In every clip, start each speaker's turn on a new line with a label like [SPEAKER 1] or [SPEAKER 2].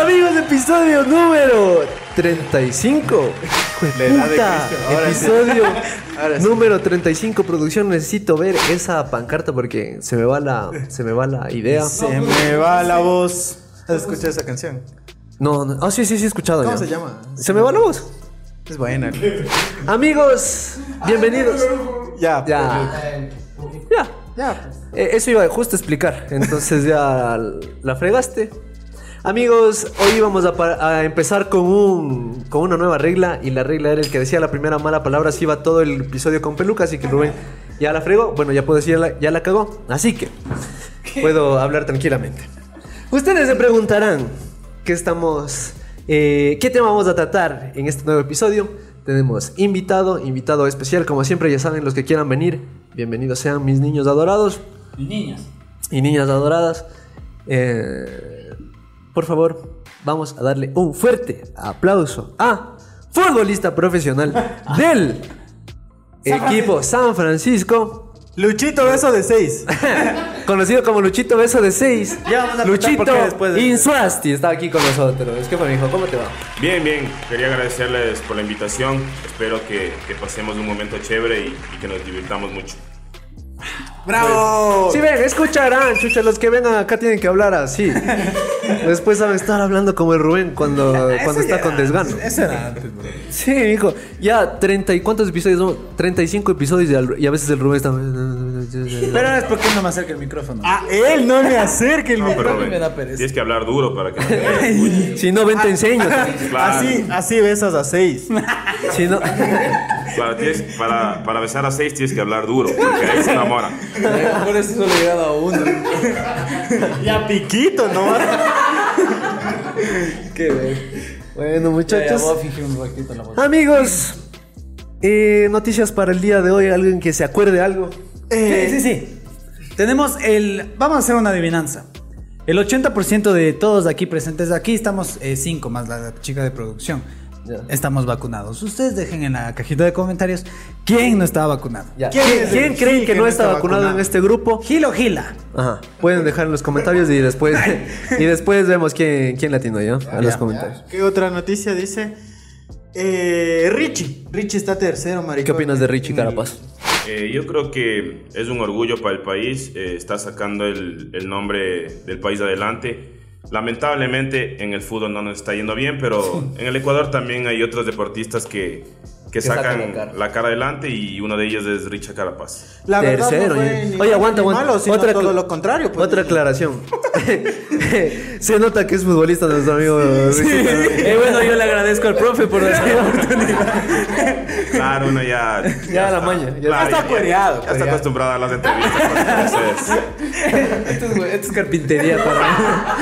[SPEAKER 1] amigos, episodio número 35. Hijo de
[SPEAKER 2] La edad de
[SPEAKER 1] puta,
[SPEAKER 2] Cristo. Ahora sí.
[SPEAKER 1] episodio
[SPEAKER 2] Ahora sí.
[SPEAKER 1] número 35. Producción, necesito ver esa pancarta porque se me va la, se me va la idea.
[SPEAKER 2] Se me va la voz. ¿Has escuchado esa canción?
[SPEAKER 1] No, no. Ah, sí, sí, sí, he escuchado.
[SPEAKER 2] ¿Cómo
[SPEAKER 1] ya.
[SPEAKER 2] se llama?
[SPEAKER 1] Se me va la voz.
[SPEAKER 2] Es buena.
[SPEAKER 1] Amigos, bienvenidos.
[SPEAKER 2] Ah, Ya, pues.
[SPEAKER 1] Ya. Ya.
[SPEAKER 2] Ya, pues.
[SPEAKER 1] Eh, Eso iba justo a explicar, entonces ya la fregaste. Amigos, hoy vamos a, pa- a empezar con, un, con una nueva regla y la regla era el que decía la primera mala palabra se iba todo el episodio con peluca, así que Rubén ya la fregó, bueno ya puedo decir, ya la, ya la cagó, así que puedo hablar tranquilamente. Ustedes se preguntarán qué estamos, eh, qué tema vamos a tratar en este nuevo episodio. Tenemos invitado, invitado especial, como siempre ya saben los que quieran venir, bienvenidos sean mis niños adorados
[SPEAKER 3] Y niñas.
[SPEAKER 1] y niñas adoradas, eh, por favor, vamos a darle un fuerte aplauso a futbolista profesional del equipo San Francisco,
[SPEAKER 2] Luchito, beso de seis.
[SPEAKER 1] conocido como Luchito Beso de 6.
[SPEAKER 2] Ya vamos a contar
[SPEAKER 1] Luchito
[SPEAKER 2] por qué después de-
[SPEAKER 1] Insuasti está aquí con nosotros. Es que me dijo, ¿cómo te va?
[SPEAKER 4] Bien, bien. Quería agradecerles por la invitación. Espero que, que pasemos un momento chévere y, y que nos divirtamos mucho.
[SPEAKER 2] ¡Bravo!
[SPEAKER 1] Si ven, escucharán, chucha, los que vengan acá tienen que hablar así. Después saben estar hablando como el Rubén cuando, cuando está con desgano.
[SPEAKER 2] Eso era antes, bro.
[SPEAKER 1] Sí, hijo. Ya, treinta y cuántos episodios son? 35 episodios y, al- y a veces el Rubén está.
[SPEAKER 2] Pero ahora es porque no me acerca el micrófono. A Ah, él no me acerca el
[SPEAKER 4] No, pero
[SPEAKER 2] micrófono.
[SPEAKER 4] ven,
[SPEAKER 2] Me da pereza.
[SPEAKER 4] tienes que hablar duro para que la gente escuche.
[SPEAKER 1] Si no, ven, te enseño.
[SPEAKER 4] Claro.
[SPEAKER 2] Así, así besas a seis.
[SPEAKER 1] Si no.
[SPEAKER 4] Claro, tienes- para, para besar a seis tienes que hablar duro, porque ahí se enamoran.
[SPEAKER 2] Por eso solo he llegado a uno. Ya piquito, ¿no?
[SPEAKER 1] Bueno,
[SPEAKER 3] Ya, ya,
[SPEAKER 1] muchachos.
[SPEAKER 3] voy a fingir un ratito la voz.
[SPEAKER 2] Pues,
[SPEAKER 1] Amigos, eh, noticias para el día de hoy. Alguien que se acuerde algo.
[SPEAKER 2] Eh,
[SPEAKER 5] Sí, sí, sí. Tenemos el. Vamos a hacer una adivinanza. El 80% de todos aquí presentes, aquí estamos 5 más la chica de producción.
[SPEAKER 1] Ya.
[SPEAKER 5] Estamos vacunados. Ustedes dejen en la cajita de comentarios quién no está vacunado.
[SPEAKER 1] Ya.
[SPEAKER 2] ¿Quién
[SPEAKER 1] ¿Quién,
[SPEAKER 2] es el
[SPEAKER 1] quién
[SPEAKER 2] Gil
[SPEAKER 1] creen que, no está, vacunado, en este grupo?
[SPEAKER 5] Gil o Gila.
[SPEAKER 1] Ajá. Pueden dejar en los comentarios y después y después vemos quién, quién latino yo a los
[SPEAKER 2] Ya.
[SPEAKER 1] comentarios.
[SPEAKER 2] ¿Qué otra noticia dice? Eh, Richie. Richie está tercero, maricón.
[SPEAKER 1] ¿Qué opinas de Richie
[SPEAKER 2] En el-
[SPEAKER 1] Carapaz?
[SPEAKER 4] Eh, yo creo que es un orgullo para el país, eh, está sacando el, el nombre del país adelante. Lamentablemente en el fútbol no nos está yendo bien, pero en el Ecuador también hay otros deportistas que, que
[SPEAKER 1] sacan
[SPEAKER 4] sacan
[SPEAKER 1] la cara.
[SPEAKER 4] la cara adelante y uno de ellos es Richard Carapaz.
[SPEAKER 2] La verdad
[SPEAKER 1] Tercero.
[SPEAKER 2] no fue
[SPEAKER 1] oye.
[SPEAKER 2] ni
[SPEAKER 1] Oye,
[SPEAKER 2] bueno
[SPEAKER 1] aguanta,
[SPEAKER 2] ni
[SPEAKER 1] aguanta.
[SPEAKER 2] malo, sino
[SPEAKER 1] Otra
[SPEAKER 2] todo
[SPEAKER 1] acla-
[SPEAKER 2] lo contrario. pues.
[SPEAKER 1] Otra aclaración. Se nota que es futbolista nuestro amigo. Eh, bueno, yo le agradezco al profe por esa oportunidad.
[SPEAKER 4] Claro, uno ya... Ya,
[SPEAKER 1] la
[SPEAKER 4] está-
[SPEAKER 1] maña, ya
[SPEAKER 4] claro,
[SPEAKER 2] está cuereado,
[SPEAKER 4] Ya está
[SPEAKER 2] cuereado.
[SPEAKER 4] acostumbrado a las entrevistas. pues, entonces,
[SPEAKER 1] esto, es, güey, esto es carpintería para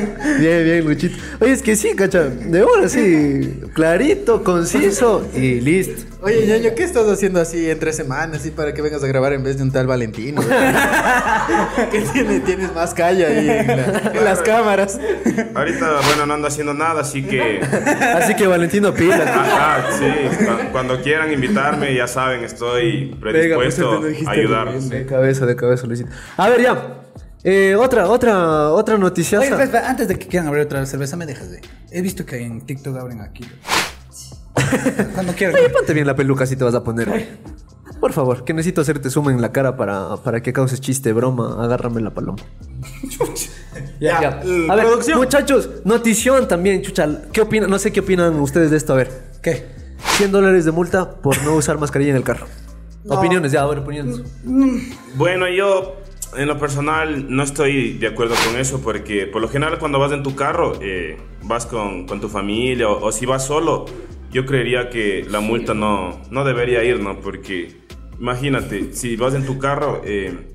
[SPEAKER 1] Bien, bien, Luchito. Oye, es que sí, cacha. De ahora sí. Clarito, conciso y listo.
[SPEAKER 2] Oye, Ñaño, ¿qué estás haciendo así en tres semanas? Así para que vengas a grabar en vez de un tal Valentino. que tiene, tienes más calle ahí en, la- en las cámaras.
[SPEAKER 4] ahorita, bueno, no ando haciendo nada, así que...
[SPEAKER 1] Así que Valentino pila.
[SPEAKER 4] Ajá, sí. Cu- Cuando, quieran invitarme, ya saben, estoy
[SPEAKER 1] pues,
[SPEAKER 4] predispuesto a ayudar.
[SPEAKER 1] De cabeza, de cabeza, Luchito. A ver, ya. Eh, otra, otra, otra noticia.
[SPEAKER 5] Oye, espera, espera, antes de que quieran abrir otra cerveza, me dejas de. He visto que en TikTok abren aquí. Cuando quieran.
[SPEAKER 1] Oye, ponte bien la peluca si te vas a poner. Por favor, que necesito hacerte zoom en la cara para, para que causes chiste, broma. Agárrame la paloma.
[SPEAKER 2] Ya,
[SPEAKER 1] A ver,
[SPEAKER 2] producción.
[SPEAKER 1] muchachos, notición también, chucha. ¿Qué opinan? No sé qué opinan ustedes de esto. A ver,
[SPEAKER 5] ¿Qué?
[SPEAKER 1] 100 dólares de multa por no usar mascarilla en el carro. Opiniones, ya, a ver, opiniones.
[SPEAKER 2] Mm,
[SPEAKER 4] Bueno, yo en lo personal no estoy de acuerdo con eso porque por lo general cuando vas en tu carro, eh, vas con, con tu familia o, o si vas solo, yo creería que la multa no, no debería ir, ¿no? Porque imagínate, si vas en tu carro... eh,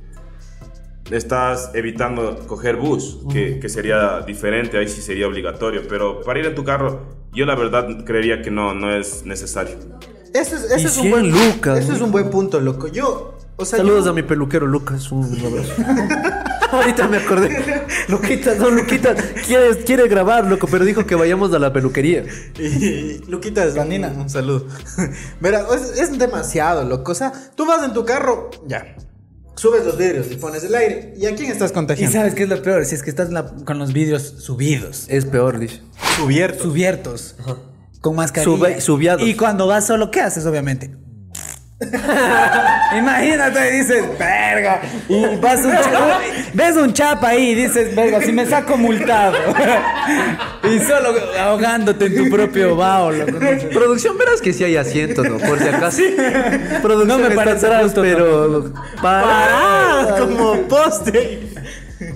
[SPEAKER 4] estás evitando coger bus, que, que sería diferente, ahí sí sería obligatorio, pero para ir en tu carro, yo la verdad creería que no, no es necesario.
[SPEAKER 2] Eso es, eso
[SPEAKER 1] Y
[SPEAKER 2] es un
[SPEAKER 1] cien
[SPEAKER 2] buen
[SPEAKER 1] lucas,
[SPEAKER 2] Eso es
[SPEAKER 1] ¿no?
[SPEAKER 2] un buen punto, loco. Yo, o sea,
[SPEAKER 1] Saludos
[SPEAKER 2] yo-
[SPEAKER 1] a mi peluquero Lucas, un abrazo. Ahorita me acordé. Luquita, no, Luquita, quiere, quiere grabar, loco, pero dijo que vayamos a la peluquería.
[SPEAKER 2] Y Luquita es Vanina, un saludo. Verás, es, es demasiado, loco. O sea, tú vas en tu carro, ya. subes los vidrios y pones el aire. ¿Y a quién estás
[SPEAKER 5] Y
[SPEAKER 2] contagiando?
[SPEAKER 5] sabes qué es lo peor, si es que estás la- con los vidrios subidos,
[SPEAKER 1] Es peor, Lish.
[SPEAKER 2] Subierto.
[SPEAKER 5] subiertos, con mascarilla.
[SPEAKER 1] Sube- subiados.
[SPEAKER 5] Y cuando vas solo, ¿qué haces, obviamente? Imagínate, y dices, verga. Y vas un cha- ves un chapa ahí y dices, verga, si me saco multado. y solo ahogándote en tu propio vaho, loco, no sé.
[SPEAKER 1] Producción, verás que sí hay asientos, ¿no? Por si acaso. Producción
[SPEAKER 5] No me
[SPEAKER 1] está
[SPEAKER 5] parece
[SPEAKER 1] atrás,
[SPEAKER 5] justo,
[SPEAKER 1] pero. ¡Parad! Ah, Como poste.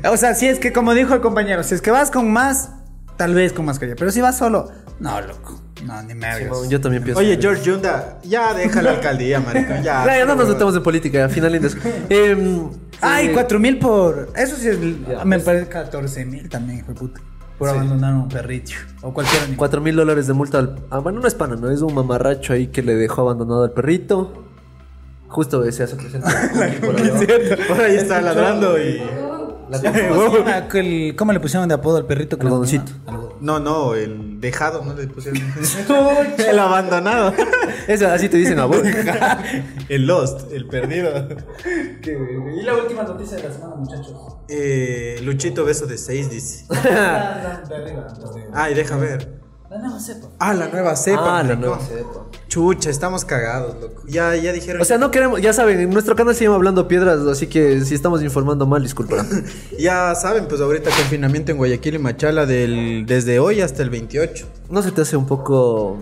[SPEAKER 5] O sea, si es que, como dijo el compañero, si es que vas con más, tal vez con mascarilla. Pero si vas solo, no, loco. No, ni me hagas.
[SPEAKER 1] Yo también pienso.
[SPEAKER 2] Oye, George Yunda, ya deja la alcaldía, maricón. Ya.
[SPEAKER 1] Ya, ya no nos metamos en política, al final lindos. Em,
[SPEAKER 5] Ay,
[SPEAKER 1] eh,
[SPEAKER 5] 4 mil por. Eso sí es. me
[SPEAKER 1] pues.
[SPEAKER 5] parece 14 mil también, hijo de puta. Por abandonar un perrito. O cualquier animal.
[SPEAKER 1] Cuatro mil dólares de multa al. Ah, bueno, no es pana, ¿no? Es un mamarracho ahí que le dejó abandonado al perrito. Justo ese hace presente. Por allá.
[SPEAKER 2] Por ahí está ladrando y.
[SPEAKER 5] ¿Cómo, se llama aquel- cómo le pusieron de apodo al perrito? que lo
[SPEAKER 1] Algodoncito.
[SPEAKER 5] abandonó?
[SPEAKER 2] No, no, el dejado, no le pusieron. el abandonado.
[SPEAKER 1] Ese, así te dicen a vos.
[SPEAKER 2] el lost, el perdido.
[SPEAKER 5] Eh, Y la última noticia de la semana, muchachos.
[SPEAKER 2] Eh, Luchito Beso de 6 dice.
[SPEAKER 5] De arriba. de-
[SPEAKER 2] Ay, deja ver.
[SPEAKER 5] No, no, sepa.
[SPEAKER 2] Ah, la nueva cepa.
[SPEAKER 1] Ah, la
[SPEAKER 2] maricón.
[SPEAKER 1] nueva cepa.
[SPEAKER 2] Chucha, estamos cagados, loco. Ya, ya dijeron.
[SPEAKER 1] O sea, no queremos, ya saben, en nuestro canal se llama Hablando Piedras, así que si estamos informando mal, disculpa.
[SPEAKER 2] Ya saben, pues ahorita confinamiento en Guayaquil y Machala del, desde hoy hasta el 28.
[SPEAKER 1] ¿No se te hace un poco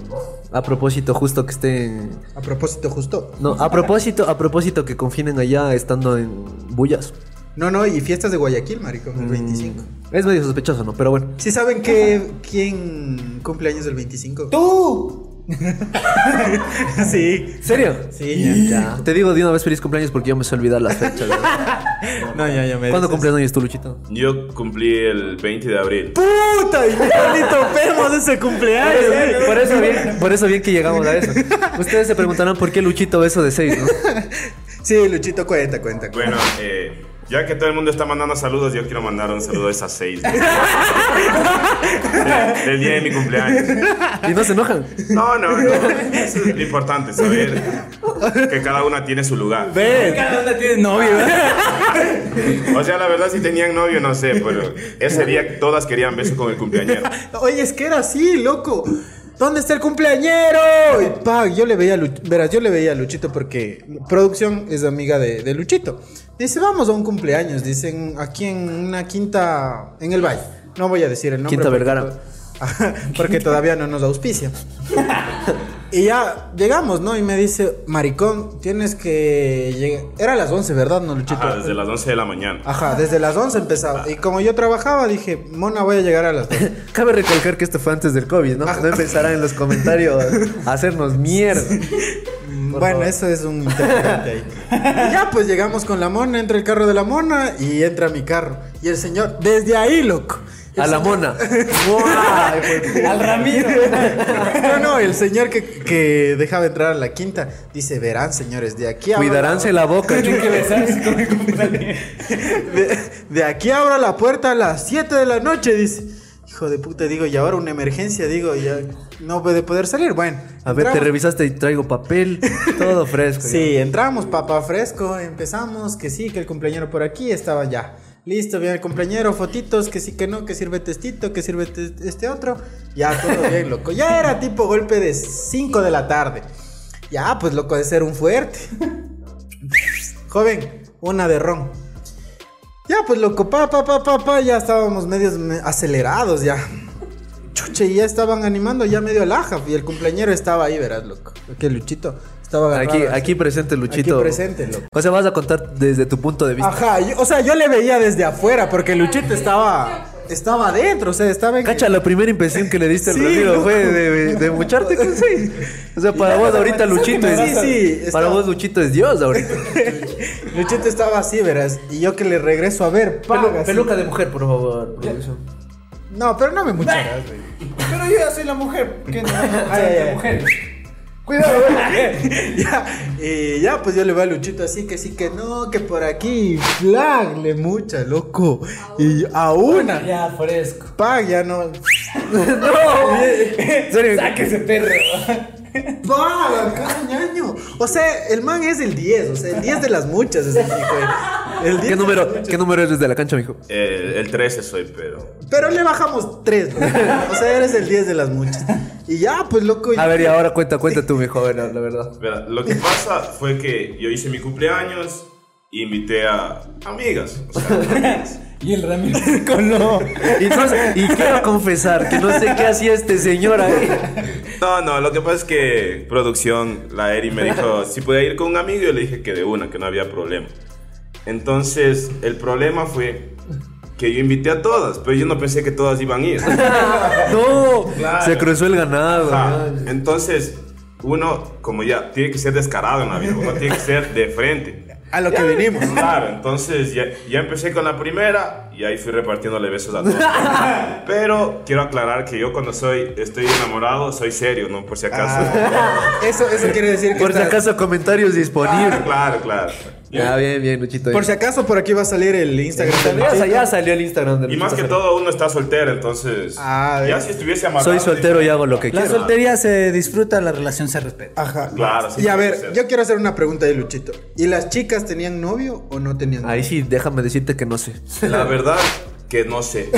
[SPEAKER 1] a propósito justo que estén
[SPEAKER 2] A propósito, justo.
[SPEAKER 1] no, a propósito, a propósito que confinen allá estando en bullas?
[SPEAKER 2] No, no, y fiestas de Guayaquil, maricón, el 25.
[SPEAKER 1] Mm, Es medio sospechoso, ¿no? Pero bueno.
[SPEAKER 2] ¿Sí saben que, quién cumple años el 25?
[SPEAKER 5] ¡Tú!
[SPEAKER 2] Sí.
[SPEAKER 1] ¿En serio?
[SPEAKER 2] Sí, ya.
[SPEAKER 1] Te digo de una vez feliz cumpleaños porque yo me sé olvidar las fechas. ¿verdad?
[SPEAKER 2] No, ya, ya me.
[SPEAKER 1] ¿Cuándo
[SPEAKER 2] dices.
[SPEAKER 1] cumpleaños tú, Luchito?
[SPEAKER 4] Yo cumplí el 20 de abril.
[SPEAKER 2] ¡Puta! Y ya ni topemos ese cumpleaños, güey.
[SPEAKER 1] Por eso bien, por eso bien que llegamos a eso. Ustedes se preguntarán por qué Luchito beso de 6, ¿no?
[SPEAKER 2] Sí, Luchito, cuenta, cuenta. cuenta.
[SPEAKER 4] Bueno, eh, ya que todo el mundo está mandando saludos, yo quiero mandar un saludo a esas seis. Del- del día de mi cumpleaños.
[SPEAKER 1] Y no se enojan.
[SPEAKER 4] No, no, no. Eso es lo importante, saber que cada una tiene su lugar.
[SPEAKER 2] Eh,
[SPEAKER 5] Cada una tiene novio,
[SPEAKER 4] O sea, la verdad, si tenían novio, no sé, pero ese día todas querían beso con el cumpleañero.
[SPEAKER 2] Oye, es que era así, loco. ¿Dónde está el cumpleañero? Y pa, yo le veía a Luchito. Verás, yo le veía a Luchito porque producción es amiga de, de Luchito. Dice, vamos a un cumpleaños. Dicen, aquí en una quinta en el valle. No voy a decir el nombre.
[SPEAKER 1] Quinta
[SPEAKER 2] porque
[SPEAKER 1] Vergara.
[SPEAKER 2] to- porque todavía no nos auspicia. Y ya llegamos, ¿no? Y me dice, maricón, tienes que llegar. Era las 11, ¿verdad, no, Luchito?
[SPEAKER 4] Ajá, Ah, desde las 11 de la mañana.
[SPEAKER 2] Ajá, desde las 11 empezaba. Y como yo trabajaba, dije, mona, voy a llegar a las 12.
[SPEAKER 1] Cabe recalcar que esto fue antes del COVID, ¿no? No empezarán en los comentarios a hacernos mierda. Por
[SPEAKER 2] bueno,
[SPEAKER 1] favor.
[SPEAKER 2] eso es un interrogante ahí. Y ya, pues llegamos con la mona, entra el carro de la mona y entra mi carro. Y el señor, desde ahí, loco.
[SPEAKER 1] A la mona. Guay, pues.
[SPEAKER 5] Al Ramiro.
[SPEAKER 2] No, no, el señor que, que dejaba entrar a la quinta dice: Verán, señores, de aquí abro
[SPEAKER 1] Cuidaránse la boca,
[SPEAKER 5] Tiene que
[SPEAKER 1] chicos.
[SPEAKER 5] besarse con el compañero.
[SPEAKER 2] De, de aquí abro la puerta a las 7 de la noche, dice. Hijo de puta, digo, y ahora una emergencia, digo, ya no puede poder salir. Bueno,
[SPEAKER 1] A ver, te
[SPEAKER 2] entramos.
[SPEAKER 1] revisaste y traigo papel, todo fresco.
[SPEAKER 2] Sí, entramos, papá fresco, empezamos, que sí, que el cumpleañero por aquí estaba ya. Listo, bien el cumpleañero, fotitos, que sí, que no, que sirve testito, que sirve te- este otro. Ya, todo bien, loco. Ya era tipo golpe de 5 de la tarde. Ya, pues loco de ser un fuerte. Joven, una de ron. Ya, pues loco, pa, pa, pa, pa, pa, ya estábamos medios me- acelerados ya. Chuche, y ya estaban animando ya medio laja. Y el cumpleañero estaba ahí, verás, loco. Que Luchito estaba agarrado
[SPEAKER 1] Aquí,
[SPEAKER 2] así.
[SPEAKER 1] aquí presente, Luchito.
[SPEAKER 2] Aquí presente, Ah, loco.
[SPEAKER 1] O sea, vas a contar desde tu punto de vista.
[SPEAKER 2] Ajá, yo- o sea, yo le veía desde afuera porque Luchito estaba estaba adentro, o sea, estaba en
[SPEAKER 1] Cacha, la primera impresión que le diste al
[SPEAKER 2] Sí,
[SPEAKER 1] Ramiro
[SPEAKER 2] loco.
[SPEAKER 1] fue de, de- de mocharte con seis. O sea, para vos ahorita Luchito
[SPEAKER 2] Sí,
[SPEAKER 1] es.
[SPEAKER 2] sí,
[SPEAKER 1] para
[SPEAKER 2] estaba-
[SPEAKER 1] vos Luchito es Dios ahorita.
[SPEAKER 2] Luchito estaba así, verás, y yo que le regreso a ver,
[SPEAKER 1] Pelu-
[SPEAKER 2] paga, así.
[SPEAKER 1] peluca de mujer, por favor. producción.
[SPEAKER 2] No, pero no me mucharás, güey.
[SPEAKER 5] Pero yo ya soy la mujer. ¿Qué no?
[SPEAKER 2] Ay, ay, ay.
[SPEAKER 5] mujer. Cuidado, ¿eh?
[SPEAKER 2] ya, y ya, pues yo le voy a Luchito así que sí que no, que por aquí, flag, le mucha, loco. Y a una,
[SPEAKER 5] Ya, fresco.
[SPEAKER 2] pa, ya no. Eh.
[SPEAKER 5] En serio. Sáquese, perro.
[SPEAKER 2] ¡Bah! Cada ñaño. O sea, el man es el 10. O sea, el 10 de las muchas es el hijo. de- El 10
[SPEAKER 1] ¿Qué
[SPEAKER 2] de
[SPEAKER 1] número,
[SPEAKER 2] las muchas.
[SPEAKER 1] ¿Qué número eres de la cancha, mijo?
[SPEAKER 4] Eh, el 13 soy, pero.
[SPEAKER 2] Pero le bajamos 3. O sea, eres el 10 de las muchas. Y ya, pues loco.
[SPEAKER 1] A ver, y ahora cuenta, cuenta tú, mijo, a ver, la, la verdad.
[SPEAKER 4] Verá, lo que pasa fue que yo hice mi cumpleaños e invité a amigas. O sea, amigas.
[SPEAKER 5] Y el Ramiro se coló.
[SPEAKER 1] Y, no sé- y quiero confesar que no sé qué hacía este señor ahí.
[SPEAKER 4] No, no, lo que pasa es que producción, la Eri me dijo si podía ir con un amigo y yo le dije que de una, que no había problema. Entonces, el problema fue que yo invité a todas, pero yo no pensé que todas iban a ir.
[SPEAKER 1] No,
[SPEAKER 4] Claro.
[SPEAKER 1] se cruzó el ganado.
[SPEAKER 4] Ajá.
[SPEAKER 1] man.
[SPEAKER 4] Entonces, uno, como ya, tiene que ser descarado en la vida, uno tiene que ser de frente.
[SPEAKER 2] A lo que venimos.
[SPEAKER 4] Claro, entonces ya, ya empecé con la primera y ahí fui repartiéndole besos a todos. Pero quiero aclarar que yo cuando soy, estoy enamorado, soy serio, ¿no? Por si acaso.
[SPEAKER 2] Ah, eso, eso quiere decir que.
[SPEAKER 1] Por si
[SPEAKER 2] estás-
[SPEAKER 1] acaso, comentarios disponibles.
[SPEAKER 4] Claro, claro.
[SPEAKER 1] Ya, bien, bien, Luchito.
[SPEAKER 2] Por si acaso, por aquí va a salir el Instagram. del
[SPEAKER 1] Ya,
[SPEAKER 2] Luchito.
[SPEAKER 1] ya salió el Instagram de
[SPEAKER 4] Y más que
[SPEAKER 1] Luchito
[SPEAKER 4] todo uno está soltero, entonces...
[SPEAKER 2] Ah,
[SPEAKER 4] ya
[SPEAKER 2] bien.
[SPEAKER 4] si estuviese
[SPEAKER 1] Fernández.
[SPEAKER 4] amarrado...
[SPEAKER 1] Soy soltero y hago lo que
[SPEAKER 5] La
[SPEAKER 1] quiero.
[SPEAKER 5] soltería se disfruta, la relación se respeta.
[SPEAKER 2] Ajá.
[SPEAKER 4] Claro, sí
[SPEAKER 2] Y a
[SPEAKER 4] tiene
[SPEAKER 2] ver,
[SPEAKER 4] que ser.
[SPEAKER 2] yo quiero hacer una pregunta de Luchito. ¿Y las chicas tenían novio o no tenían novio?
[SPEAKER 1] Ahí sí, déjame decirte que no sé.
[SPEAKER 4] La verdad que no sé.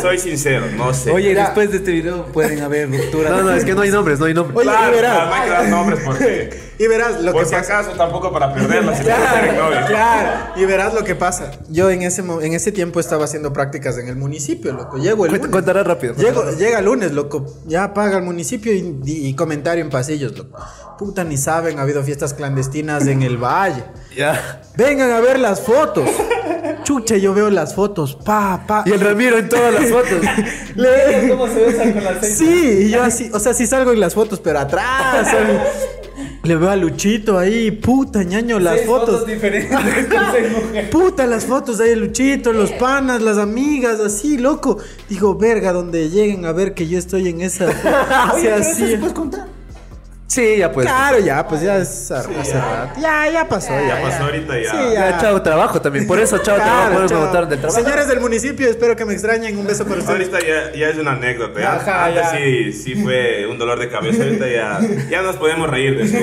[SPEAKER 4] Soy sincero, no sé.
[SPEAKER 5] Oye,
[SPEAKER 2] Mira.
[SPEAKER 5] después de este video pueden haber rupturas.
[SPEAKER 1] No, no, es que no hay nombres, no hay nombres.
[SPEAKER 2] Oye,
[SPEAKER 4] claro,
[SPEAKER 2] y verás.
[SPEAKER 4] claro, no hay que dar nombres porque...
[SPEAKER 2] Y verás lo
[SPEAKER 4] Por
[SPEAKER 2] que
[SPEAKER 4] si
[SPEAKER 2] pasa.
[SPEAKER 4] acaso, tampoco para perderlas. si no quieren
[SPEAKER 2] Claro,
[SPEAKER 4] novios.
[SPEAKER 2] claro. Y verás lo que pasa. Yo en ese, mo- en ese tiempo estaba haciendo prácticas en el municipio, loco. Llego el
[SPEAKER 1] Cuenta-
[SPEAKER 2] lunes.
[SPEAKER 1] Contará rápido.
[SPEAKER 2] Llego- llega el lunes, loco. Ya paga el municipio y, y comentario en pasillos, loco. Puta, ni saben, ha habido fiestas clandestinas en el valle.
[SPEAKER 1] Ya.
[SPEAKER 2] Vengan a ver las fotos. Chucha, yo veo las fotos. Pa, pa.
[SPEAKER 1] Y el Ramiro en todas las fotos.
[SPEAKER 2] Le-
[SPEAKER 5] ¿Cómo se besan con las seis?
[SPEAKER 2] Sí, y yo así, o sea, sí salgo en las fotos, pero atrás. ¿sabes? Le veo a Luchito ahí, puta, ñaño, las
[SPEAKER 5] Seis
[SPEAKER 2] fotos.
[SPEAKER 5] diferentes con seis mujeres.
[SPEAKER 2] Puta, las fotos ahí, de Luchito, los panas, las amigas, así, loco. Digo, verga, donde lleguen a ver que yo estoy en esa. o sea, así.
[SPEAKER 5] contar?
[SPEAKER 1] Sí, ya pues.
[SPEAKER 2] Claro, ya, pues ya es hace rato. Ya, ya pasó, ya.
[SPEAKER 4] Ya pasó ahorita ya.
[SPEAKER 2] Sí,
[SPEAKER 1] Ya, chao, trabajo también. Por eso, chao,
[SPEAKER 2] Claro,
[SPEAKER 1] trabajo. Por eso
[SPEAKER 2] chao.
[SPEAKER 1] me botaron del trabajo.
[SPEAKER 2] Señores del municipio, espero que me extrañen. Un beso para ustedes.
[SPEAKER 4] Ahorita ya, ya es una anécdota. Ya.
[SPEAKER 2] Ajá,
[SPEAKER 4] Antes
[SPEAKER 2] ya.
[SPEAKER 4] Sí, sí fue un dolor de cabeza. Ahorita ya, ya nos podemos reír de eso.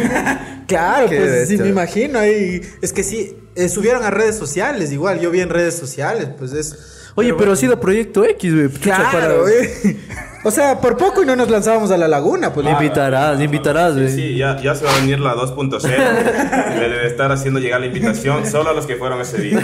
[SPEAKER 2] Claro,
[SPEAKER 1] Qué
[SPEAKER 2] pues sí,
[SPEAKER 1] bestia.
[SPEAKER 2] me imagino. Ahí, es que sí, eh, subieron a redes sociales, igual. Yo vi en redes sociales, pues es.
[SPEAKER 1] Oye, pero, ha sido Proyecto X, güey. Chucha,
[SPEAKER 2] Claro,
[SPEAKER 1] para-
[SPEAKER 2] eh. O sea, por poco y no nos lanzábamos a la laguna, pues.
[SPEAKER 1] Le invitarás, le invitarás, güey.
[SPEAKER 4] Sí, ya, ya se va a venir la 2.0. Le debe estar haciendo llegar la invitación solo a los que fueron ese día.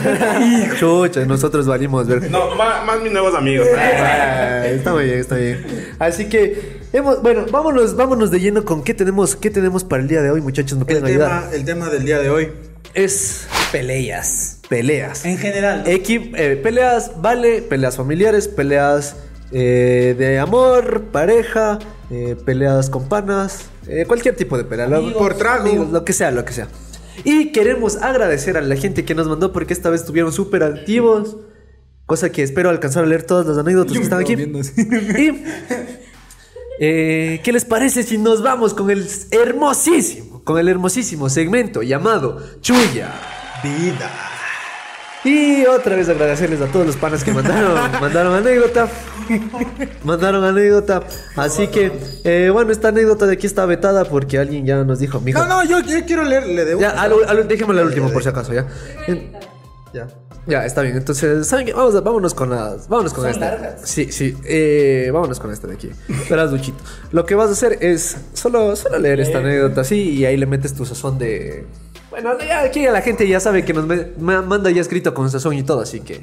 [SPEAKER 1] Chucha, nosotros valimos, ver.
[SPEAKER 4] No, más, más mis nuevos amigos.
[SPEAKER 1] Ay, Está muy bien, está bien. Así que, hemos, bueno, vámonos, vámonos de lleno con qué tenemos, qué tenemos para el día de hoy, muchachos. ¿Me
[SPEAKER 2] El
[SPEAKER 1] pueden ayudar?
[SPEAKER 2] tema, el tema del día de hoy.
[SPEAKER 1] Es
[SPEAKER 5] Peleas.
[SPEAKER 1] peleas.
[SPEAKER 5] En general. ¿no?
[SPEAKER 1] Equi- eh, peleas, vale, peleas familiares, peleas eh, de amor, pareja, eh, peleas con panas, eh, cualquier tipo de pelea, lo-
[SPEAKER 5] Amigos.
[SPEAKER 2] Por trago.
[SPEAKER 1] lo que sea, lo que sea. Y queremos agradecer a la gente que nos mandó porque esta vez estuvieron súper activos, cosa que espero alcanzar a leer todas las anécdotas que están aquí. Y, eh, ¿qué les parece si nos vamos con el hermosísimo, con el hermosísimo segmento llamado Chuya?
[SPEAKER 2] Vida.
[SPEAKER 1] Y otra vez agradecerles a todos los panas que mandaron, mandaron anécdota. Mandaron anécdota. Así que, eh, bueno, esta anécdota de aquí está vetada porque alguien ya nos dijo, mijo.
[SPEAKER 2] No, no, yo, yo quiero leerle de
[SPEAKER 1] Ya,
[SPEAKER 2] una.
[SPEAKER 1] al, al- dejémosla al último por si acaso, ya. En-
[SPEAKER 2] Ya.
[SPEAKER 1] ya, está bien. Entonces, ¿saben qué? Vamos a- vámonos con las. Vámonos con
[SPEAKER 5] Son
[SPEAKER 1] esta.
[SPEAKER 5] largas.
[SPEAKER 1] Sí, sí. eh, vámonos con esta de aquí. Verás, Duchito. Lo que vas a hacer es solo, solo leer esta anécdota así y ahí le metes tu sazón de. Bueno, ya aquí ya la gente ya sabe que nos me- ma- manda ya escrito con sazón y todo, así que.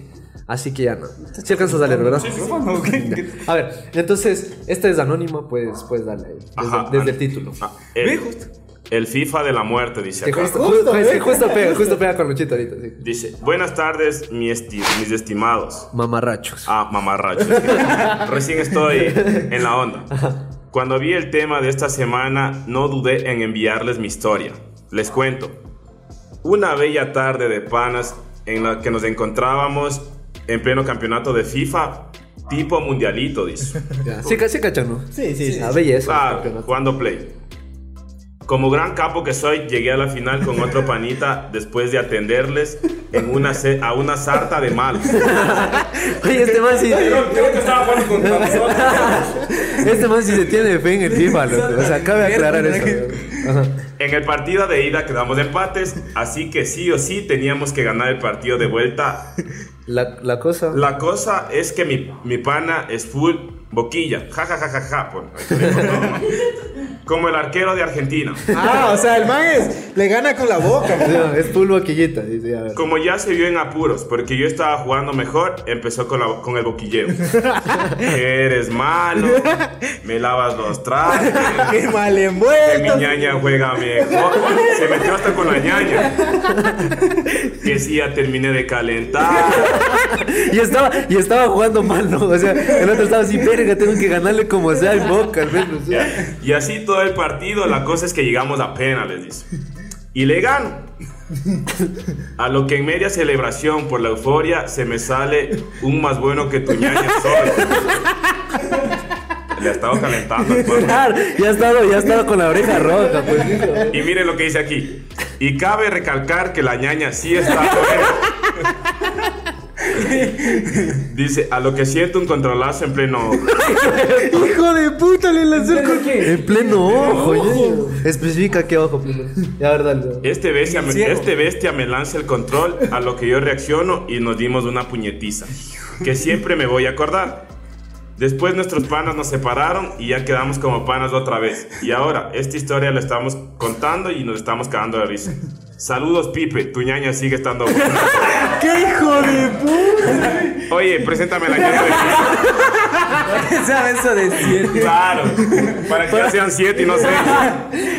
[SPEAKER 1] Así que ya no. Si alcanzas a leer, ¿verdad? A ver, entonces, este es anónimo, pues, pues dale ahí. Desde,
[SPEAKER 4] Ajá,
[SPEAKER 1] desde el
[SPEAKER 4] ah,
[SPEAKER 1] título.
[SPEAKER 4] ah, el, el FIFA de la muerte, dice
[SPEAKER 1] Que
[SPEAKER 4] acá.
[SPEAKER 1] justo, ju- es
[SPEAKER 4] ¿eh?
[SPEAKER 1] que justo pega, justo pega con Luchito ahorita, sí.
[SPEAKER 4] Dice, buenas tardes, mi esti- mis estimados.
[SPEAKER 1] Mamarrachos.
[SPEAKER 4] Ah, mamarrachos. Recién estoy en la onda. Cuando vi el tema de esta semana, no dudé en enviarles mi historia. Les cuento. Una bella tarde de panas en la que nos encontrábamos en pleno campeonato de FIFA, tipo mundialito, dice.
[SPEAKER 1] Ya, Sí, ca- sí, cachan, ¿no?
[SPEAKER 2] Sí, sí, sí.
[SPEAKER 1] La belleza.
[SPEAKER 4] Claro,
[SPEAKER 1] campeonato.
[SPEAKER 4] jugando play. Ah, Como gran capo que soy, llegué a la final con otro panita después de atenderles en una se- a una sarta de malos.
[SPEAKER 1] Oye, este man sí.
[SPEAKER 4] creo que estaba jugando contra
[SPEAKER 1] Este man sí se tiene fe en el FIFA, loco. O sea, cabe aclarar eso. Ajá.
[SPEAKER 4] En el partido de ida quedamos empates, así que sí o sí teníamos que ganar el partido de vuelta.
[SPEAKER 1] La, la cosa.
[SPEAKER 4] La cosa es que mi, mi pana es full boquilla. Ja, ja, ja, ja, ja. por- Como el arquero de Argentina.
[SPEAKER 2] Ah, o sea, el man es, le gana con la boca.
[SPEAKER 1] O sea, es pulvo quillita. Dice, a ver.
[SPEAKER 4] Como ya se vio en apuros, porque yo estaba jugando mejor, empezó con, la- con el boquilleo. Eres malo, me lavas los trastes.
[SPEAKER 2] Qué mal
[SPEAKER 4] Que mi
[SPEAKER 2] envuelto.
[SPEAKER 4] ñaña juega mejor. Se metió hasta con la ñaña. Que si ya terminé de calentar.
[SPEAKER 1] Y estaba, y estaba jugando mal, ¿no? O sea, el otro estaba así, verga, tengo que ganarle como sea en boca, al menos".
[SPEAKER 4] Ya. Y así todo el partido, la cosa es que llegamos a penales, dice. Y le gano. A lo que en media celebración, por la euforia, se me sale un más bueno que tu ñaña solo. Le estaba calentando. el pueblo.
[SPEAKER 1] Claro, ya estaba, ya estaba con la oreja roja, pues. dijo.
[SPEAKER 4] Y miren lo que dice aquí. Y cabe recalcar que la ñaña sí está buena. Dice, a lo que siento un controlazo en pleno.
[SPEAKER 2] Hijo de puta, le lanzó el col-
[SPEAKER 1] En pleno ojo, ya, ya. Especifica qué ojo, pues. Ya, verdad. ya.
[SPEAKER 4] Este bestia, me,
[SPEAKER 2] Ciego.
[SPEAKER 4] este bestia me lanza el control, a lo que yo reacciono y nos dimos una puñetiza. Que siempre me voy a acordar. Después nuestros panas nos separaron y ya quedamos como panas otra vez. Y ahora, esta historia la estamos contando y nos estamos cagando de risa. Saludos, Pipe. Tu ñaña sigue estando buena.
[SPEAKER 2] ¡Qué hijo de puta!
[SPEAKER 4] Oye, preséntame la ñaña de Pipe.
[SPEAKER 5] ¿Sabes eso de siete?
[SPEAKER 4] Claro, para que ya sean siete y no sé.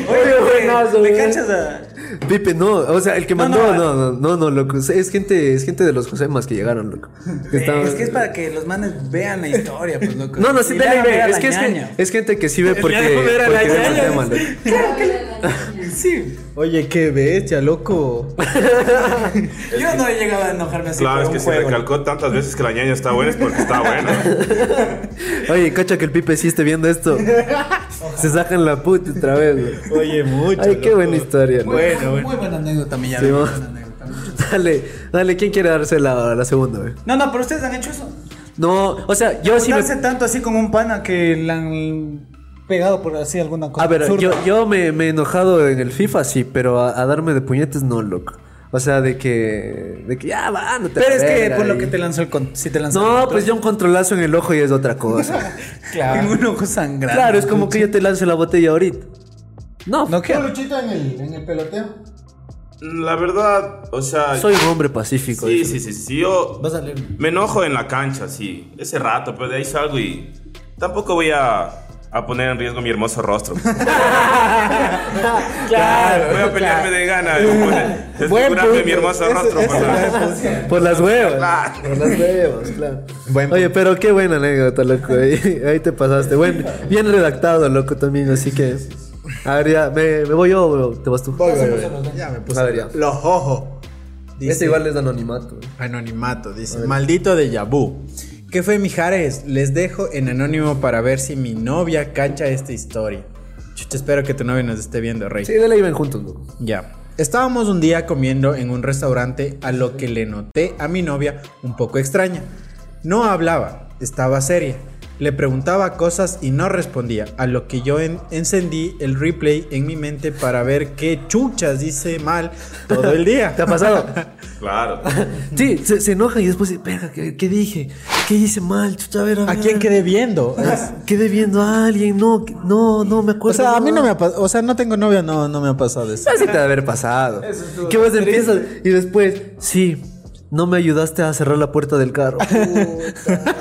[SPEAKER 1] Oye, buenazo,
[SPEAKER 5] ¿Me
[SPEAKER 1] güey.
[SPEAKER 5] cachas a.?
[SPEAKER 1] Pipe, no, o sea, el que mandó,
[SPEAKER 5] no.
[SPEAKER 1] no, no, no, no, loco. Es gente, es gente de los Josemas que llegaron, loco. Que
[SPEAKER 5] Eh,
[SPEAKER 1] estaban-
[SPEAKER 5] es que es para que los manes vean la historia, pues loco.
[SPEAKER 1] No, no, sí,
[SPEAKER 5] Y
[SPEAKER 1] dale,
[SPEAKER 5] vean
[SPEAKER 1] ve,
[SPEAKER 5] ver a
[SPEAKER 1] Es
[SPEAKER 5] la
[SPEAKER 1] que es, que
[SPEAKER 5] ñaña.
[SPEAKER 1] es gente que sí ve porque,
[SPEAKER 5] de ver a
[SPEAKER 1] porque
[SPEAKER 5] la
[SPEAKER 1] ve el
[SPEAKER 5] ñaña.
[SPEAKER 1] tema, loco.
[SPEAKER 5] Sí.
[SPEAKER 2] Oye, qué bestia, loco.
[SPEAKER 5] Yo no he llegado a enojarme así.
[SPEAKER 4] Claro,
[SPEAKER 5] por
[SPEAKER 4] es
[SPEAKER 5] un
[SPEAKER 4] que se
[SPEAKER 5] juego.
[SPEAKER 4] recalcó tantas veces que la ñaña está buena, es porque está buena.
[SPEAKER 1] Oye, cacha que el Pipe sí esté viendo esto. Se sacan la puta otra vez, güey.
[SPEAKER 2] Oye, mucho.
[SPEAKER 1] Ay, qué buena historia, loco.
[SPEAKER 2] Bueno, bueno.
[SPEAKER 5] Muy buena anécdota, mi
[SPEAKER 1] Sí,
[SPEAKER 5] llave. muy
[SPEAKER 1] va.
[SPEAKER 5] buena anécdota.
[SPEAKER 1] Dale, dale, ¿quién quiere darse la, la segunda, güey?
[SPEAKER 5] No, no, pero ustedes han hecho eso.
[SPEAKER 1] No, o sea, yo sí me.
[SPEAKER 5] Juntarse tanto así con un pana que le han pegado por así alguna cosa.
[SPEAKER 1] A ver,
[SPEAKER 5] absurda.
[SPEAKER 1] yo, yo me, me he enojado en el FIFA, sí, pero a, a darme de puñetes no, loco. O sea, de que. De que ya va, no te
[SPEAKER 5] Pero es que
[SPEAKER 1] verga
[SPEAKER 5] por lo
[SPEAKER 1] y-
[SPEAKER 5] que te lanzó el con... Si te lanzó
[SPEAKER 1] No,
[SPEAKER 5] el
[SPEAKER 1] pues ya un controlazo en el ojo y es otra cosa.
[SPEAKER 5] Claro. Tengo un ojo sangrante.
[SPEAKER 1] claro, es como que yo te lance la botella ahorita. No,
[SPEAKER 5] No, ¿qué?
[SPEAKER 2] luchita en el, en el peloteo?
[SPEAKER 4] La verdad, o sea.
[SPEAKER 1] soy un hombre pacífico.
[SPEAKER 4] sí,
[SPEAKER 1] dice.
[SPEAKER 4] sí, sí, sí. Yo
[SPEAKER 5] Vas a leer.
[SPEAKER 4] me enojo en la cancha, sí. Ese rato, pero de ahí salgo y. Tampoco voy a, a poner en riesgo mi hermoso rostro.
[SPEAKER 5] Claro.
[SPEAKER 4] Voy a pelearme de gana. de poner- Desfigurarme mi hermoso rostro. por favor.
[SPEAKER 1] Por las huevas.
[SPEAKER 4] Claro.
[SPEAKER 1] Por las huevas, claro.
[SPEAKER 2] Buen
[SPEAKER 1] Oye, pero qué buena anécdota, loco. Ahí, ahí te pasaste. Bueno, bien redactado, loco, también. Así que. A ver, ya, me, me voy yo o te vas tú.
[SPEAKER 2] Voy, voy, voy. Ya me puse.
[SPEAKER 1] A ver, ya.
[SPEAKER 2] Los ojos. Dice-
[SPEAKER 1] Este igual es de anonimato. güey.
[SPEAKER 2] Anonimato, dice. Maldito de Yabú. ¿Qué fue, Mijares? Les dejo en anónimo para ver si mi novia cacha esta historia. Chucha, espero que tu novia nos esté viendo, Rey.
[SPEAKER 1] Sí, de la iban juntos, loco.
[SPEAKER 2] Ya. Estábamos un día comiendo en un restaurante a lo que le noté a mi novia un poco extraña. No hablaba, estaba seria. Le preguntaba cosas y no respondía, a lo que yo en- encendí el replay en mi mente para ver qué chuchas dice mal todo el día.
[SPEAKER 1] ¿Te ha pasado?
[SPEAKER 4] Claro.
[SPEAKER 1] Sí, se, se enojan y después, verga, ¿qué, qué dije? ¿Qué hice mal? Chuta, a ver, a
[SPEAKER 2] ¿A
[SPEAKER 1] ver.
[SPEAKER 2] quién quedé viendo?
[SPEAKER 1] Quedé viendo a alguien, no, que- no, no me
[SPEAKER 2] O
[SPEAKER 1] acuerdo.
[SPEAKER 2] sea, a mí no me ha pasado, o sea, no tengo novia, no, no me ha pasado eso.
[SPEAKER 1] Así te debe haber pasado. Que vos empiezas y después, sí, no me ayudaste a cerrar la puerta del carro. Puta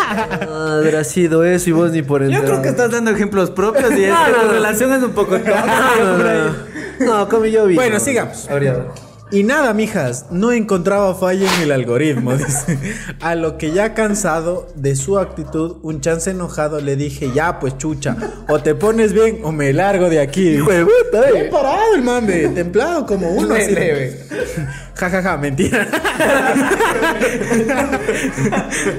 [SPEAKER 1] madre, ha sido eso y vos ni por
[SPEAKER 5] Yo
[SPEAKER 1] enterado.
[SPEAKER 5] creo que estás dando ejemplos propios y es
[SPEAKER 1] No,
[SPEAKER 5] que
[SPEAKER 1] no,
[SPEAKER 5] tu
[SPEAKER 1] no.
[SPEAKER 5] relación es un poco tonta.
[SPEAKER 1] No, no, no, no. No, como yo vi.
[SPEAKER 2] Bueno,
[SPEAKER 1] no.
[SPEAKER 2] sigamos.
[SPEAKER 1] Habría-
[SPEAKER 2] Y nada, mijas, no encontraba falla en el algoritmo, dice. A lo que ya cansado de su actitud, un chance enojado le dije, ya pues chucha, o te pones bien o me largo de aquí.
[SPEAKER 1] Hijo de puta, eh.
[SPEAKER 2] Bien parado el man de templado como uno así. Ja, ja, ja, mentira.